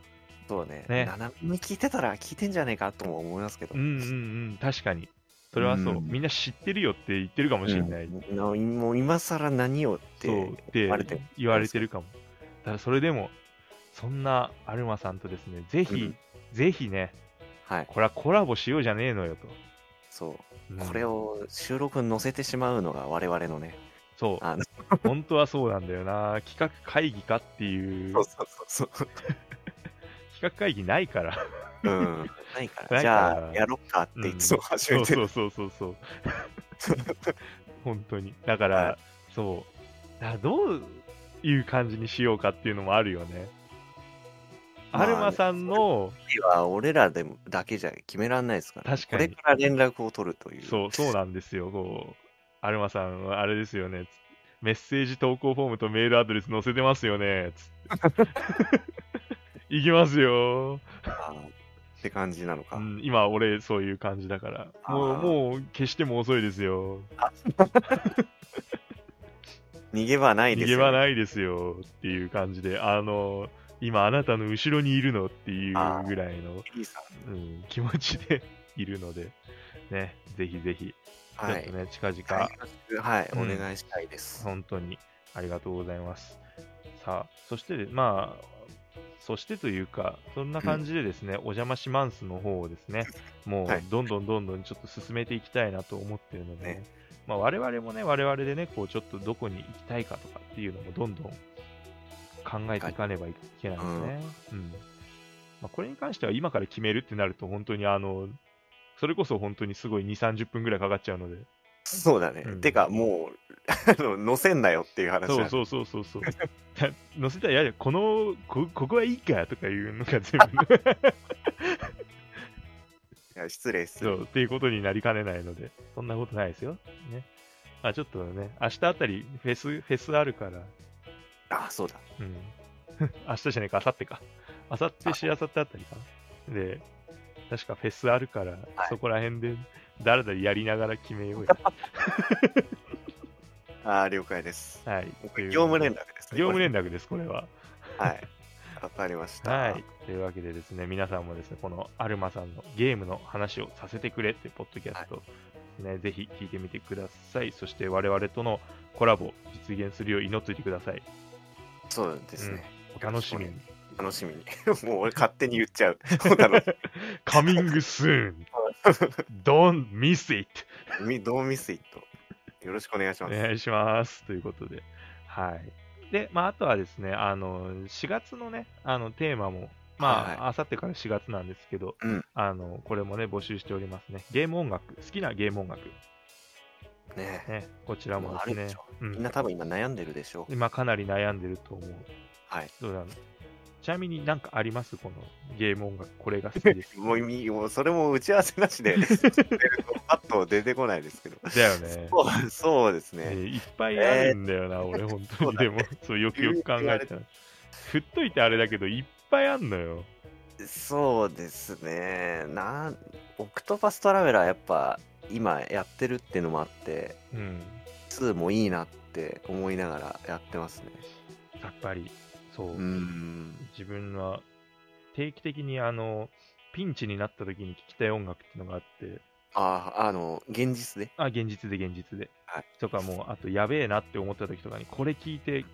[SPEAKER 1] そうね。
[SPEAKER 2] ね
[SPEAKER 1] 斜めに聞いてたら聞いてんじゃねえかとも思いますけど。
[SPEAKER 2] うんうんうん、確かに。それはそう、
[SPEAKER 1] うん
[SPEAKER 2] みんな知ってるよって言ってるかもしれない。
[SPEAKER 1] うんなもう今更何をって
[SPEAKER 2] そうっ
[SPEAKER 1] 言われて
[SPEAKER 2] て
[SPEAKER 1] も
[SPEAKER 2] 言われてるかも。ただそれでも、そんなアルマさんとですね、ぜひ、
[SPEAKER 1] うん
[SPEAKER 2] ぜひね、
[SPEAKER 1] はい。
[SPEAKER 2] これはコラボしようじゃねえのよと。
[SPEAKER 1] そう。
[SPEAKER 2] うん
[SPEAKER 1] これを収録に載せてしまうのが我々のね、
[SPEAKER 2] そう、
[SPEAKER 1] あの、
[SPEAKER 2] 本当はそうなんだよな。企画会議かっていう、
[SPEAKER 1] そう
[SPEAKER 2] 企
[SPEAKER 1] そうそうそう。
[SPEAKER 2] 画会議ないから。
[SPEAKER 1] うん。ないか
[SPEAKER 2] ないから
[SPEAKER 1] ら、じゃあ、やろっかっていつも始
[SPEAKER 2] そ
[SPEAKER 1] め
[SPEAKER 2] う
[SPEAKER 1] て
[SPEAKER 2] そ
[SPEAKER 1] る。
[SPEAKER 2] うそうそうそう。 本当に。だから、
[SPEAKER 1] は
[SPEAKER 2] そう。だからどういう感じにしようかっていうのもあるよね。
[SPEAKER 1] まあ
[SPEAKER 2] ア
[SPEAKER 1] ね
[SPEAKER 2] ルマさんの、
[SPEAKER 1] 次は俺らでもだけじゃ決められないですから、
[SPEAKER 2] 確かに
[SPEAKER 1] これから連絡を取るという。
[SPEAKER 2] そう、そうなんですよ。こう、アルマさんはあれですよね。つメッセージ投稿フォームとメールアドレス載せてますよね。つ って。いきますよ。
[SPEAKER 1] あーって感じなのか。
[SPEAKER 2] うん、今俺そういう感じだから
[SPEAKER 1] あー
[SPEAKER 2] もうもう消しても遅いですよ
[SPEAKER 1] 逃げ場ないです
[SPEAKER 2] 逃げ
[SPEAKER 1] よ、
[SPEAKER 2] 場ないですよっていう感じであの今あなたの後ろにいるのっていうぐらいの、
[SPEAKER 1] いいさ
[SPEAKER 2] うん、気持ちでいるのでねぜひぜひ、
[SPEAKER 1] んは
[SPEAKER 2] ちょ
[SPEAKER 1] い
[SPEAKER 2] っと。ね近々、
[SPEAKER 1] はい、
[SPEAKER 2] うん
[SPEAKER 1] お願いしたいです。
[SPEAKER 2] 本当にありがとうございますさあそしてまあそしてというかそんな感じでですね、お邪魔しますの方をですねも
[SPEAKER 1] はいう
[SPEAKER 2] どんどんどんどんちょっと進めていきたいなと思ってるので、
[SPEAKER 1] ね
[SPEAKER 2] まあ、我々もね我々でねこうちょっとどこに行きたいかとかっていうのもどんどん考えていかねばいけないですね、うんまあ、これに関しては今から決めるってなると、本当にあの、それこそ本当にすごい2、30分ぐらいかかっちゃうので。
[SPEAKER 1] そうだね。
[SPEAKER 2] うん
[SPEAKER 1] てか、もう、 あの、乗せんなよっていう話
[SPEAKER 2] そう
[SPEAKER 1] う
[SPEAKER 2] そうそ うそうそう。だ乗せたら嫌だよ、このこ、ここはいいかとかいうのが全部、
[SPEAKER 1] 失礼す
[SPEAKER 2] そ
[SPEAKER 1] る。
[SPEAKER 2] う、っていうことになりかねないので、そんなことないですよ。ね。まあちょっとね、明日あたりフェス、フェスあるから、
[SPEAKER 1] あ、そうだ。
[SPEAKER 2] うん。 明日じゃねえか、明後日か。明後日しあさってあたりかな。で、確かフェスあるから、
[SPEAKER 1] はい
[SPEAKER 2] そこら辺で、だらだらやりながら決めようよ。
[SPEAKER 1] あー了解です。
[SPEAKER 2] はい。という
[SPEAKER 1] 業務連絡ですね。
[SPEAKER 2] 業務連
[SPEAKER 1] 絡。
[SPEAKER 2] 絡です、これは。
[SPEAKER 1] はい。わかりました。
[SPEAKER 2] はい。というわけでですね、皆さんもですね、このアルマさんのゲームの話をさせてくれってポッドキャスト、ねぜひ聞いてみてください。そして我々とのコラボ、実現するよう祈っておいてください。
[SPEAKER 1] そうですね。
[SPEAKER 2] お楽しみに。
[SPEAKER 1] 楽しみに。 もう俺勝手に言っちゃう。お楽し
[SPEAKER 2] Coming soon! Don't miss it!
[SPEAKER 1] みに。ドーミスイット。よろしくお願いし
[SPEAKER 2] お
[SPEAKER 1] ます。
[SPEAKER 2] 願いします。ということで。はい。で、まあ、あとはですね、あの、4月のね、あの、テーマも、まあ、
[SPEAKER 1] はい
[SPEAKER 2] あさってから4月なんですけど、
[SPEAKER 1] うん
[SPEAKER 2] あの、これもね、募集しておりますね。ゲーム音楽、好きなゲーム音楽、
[SPEAKER 1] ね
[SPEAKER 2] ね、こちらも
[SPEAKER 1] もう
[SPEAKER 2] です
[SPEAKER 1] ある
[SPEAKER 2] ね
[SPEAKER 1] でしょ、
[SPEAKER 2] う
[SPEAKER 1] みん
[SPEAKER 2] ん、
[SPEAKER 1] な多分今悩んでるでしょう。
[SPEAKER 2] 今かなり悩んでると思う。
[SPEAKER 1] はい。
[SPEAKER 2] どうなのちなみになんかありますこのゲーム音楽、これが好き です。
[SPEAKER 1] もうみもうそれも打ち合わせなし で、パッと出てこないですけど。
[SPEAKER 2] だよね。
[SPEAKER 1] そうそうです
[SPEAKER 2] ね
[SPEAKER 1] ね。
[SPEAKER 2] いっぱいあるんだよな、俺、本当に。でも、そう、よくよく考えたら。振っといてあれだけど、いっぱいあんのよ。
[SPEAKER 1] そうですね。なん、オクトパストラベラーやっぱ今やってるっていうのもあって、
[SPEAKER 2] うん。
[SPEAKER 1] 2もいいなって思いながらやってますね。
[SPEAKER 2] やっぱり、そう。
[SPEAKER 1] うーん。
[SPEAKER 2] 自分は、定期的に、あの、ピンチになった時に聴きたい音楽ってのがあって、
[SPEAKER 1] ああ、あの、現実で。
[SPEAKER 2] あ、現実で現実で。
[SPEAKER 1] はい
[SPEAKER 2] とかもう、あと、やべえなって思った時とかに、これ聞いて、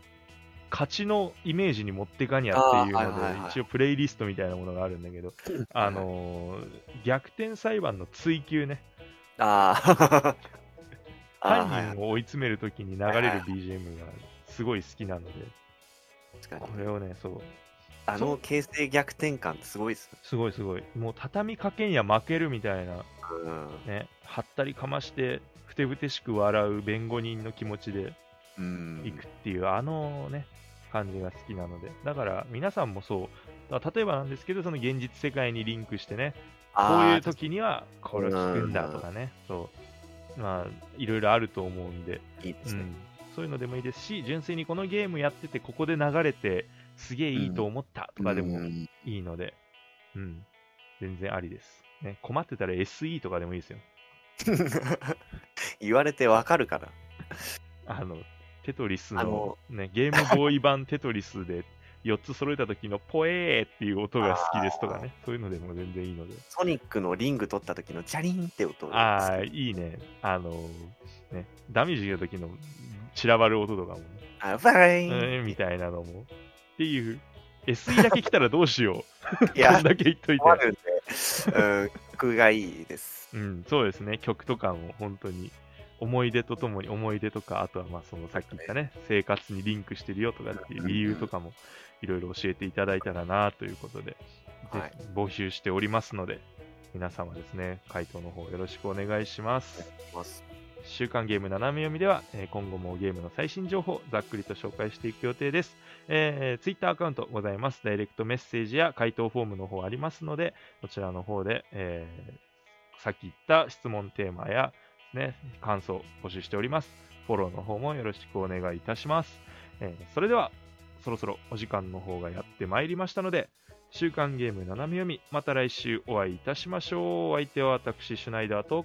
[SPEAKER 2] 勝ちのイメージに持ってかにゃっていう
[SPEAKER 1] あーはいはい
[SPEAKER 2] の
[SPEAKER 1] はい
[SPEAKER 2] で、一応プレイリストみたいなものがあるん だけど、あのー逆転裁判の追求ね、
[SPEAKER 1] あー あー。
[SPEAKER 2] 犯人を追い詰めるときに流れる BGM がすごい好きなので、
[SPEAKER 1] 確か
[SPEAKER 2] こ
[SPEAKER 1] に
[SPEAKER 2] れをね、そう、
[SPEAKER 1] あの形勢逆転感ってすごいですね。
[SPEAKER 2] すごいすごい、もう畳みかけんや負けるみたいな、
[SPEAKER 1] うん。
[SPEAKER 2] ね、はったりかまして、ふてぶてしく笑う弁護人の気持ちで
[SPEAKER 1] う
[SPEAKER 2] い
[SPEAKER 1] ん
[SPEAKER 2] く。っていう、あのね、感じが好きなので、だから皆さんもそう、だから例えばなんですけど、その現実世界にリンクしてね、こう
[SPEAKER 1] あ
[SPEAKER 2] いう
[SPEAKER 1] ー
[SPEAKER 2] 時にはこれを聞くんだとかね、そう、まあ、いろいろあると思うんで、
[SPEAKER 1] いいで
[SPEAKER 2] う
[SPEAKER 1] すね。
[SPEAKER 2] ん、そういうのでもいいですし、純粋にこのゲームやってて、ここで流れて、すげえいいと思ったとかでも
[SPEAKER 1] うん
[SPEAKER 2] いいので、うん、全然ありです。ね、困ってたら SE とかでもいいですよ。
[SPEAKER 1] 言われてわかるから。
[SPEAKER 2] あの、テトリス
[SPEAKER 1] あ
[SPEAKER 2] の
[SPEAKER 1] の、
[SPEAKER 2] ね、ゲームボーイ版テトリスで4つ 揃えた時のポエーっていう音が好きですとか ね、そういうのでも全然いいので。
[SPEAKER 1] ソニックのリング取った時のジャリーンって音が
[SPEAKER 2] ああ、いいね。あの、ね、ダメージの時の散らばる音とかもね、
[SPEAKER 1] あバーイ
[SPEAKER 2] う
[SPEAKER 1] ン、
[SPEAKER 2] ん、みたいなのも。っていう、SE だけ来たらどうしよう。
[SPEAKER 1] い
[SPEAKER 2] こ
[SPEAKER 1] や
[SPEAKER 2] ん、だけ言っといて。
[SPEAKER 1] 困るんで、うん、 曲がいいです。
[SPEAKER 2] うん、そうですね。曲とかも本当に思い出とともに思い出とか、あとはまあそのさっき言ったね、生活にリンクしてるよとかっていう理由とかもいろいろ教えていただいたらなということで、
[SPEAKER 1] は
[SPEAKER 2] ぜひ募集しておりますので、皆様ですね、回答の方よろしくお願いします。週刊ゲーム斜め読みでは、えー今後もゲームの最新情報をざっくりと紹介していく予定です。えー、Twitter アカウントございます。ダイレクトメッセージや回答フォームの方ありますので、こちらの方で、えーさっき言った質問テーマや、ね、感想募集しております。フォローの方もよろしくお願いいたします。えーそれでは、そろそろお時間の方がやってまいりましたので、週刊ゲーム斜め読み、また来週お会いいたしましょう。お相手は私、シュナイダーと、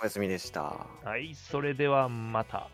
[SPEAKER 1] おやすみでした。
[SPEAKER 2] はい、それではまた。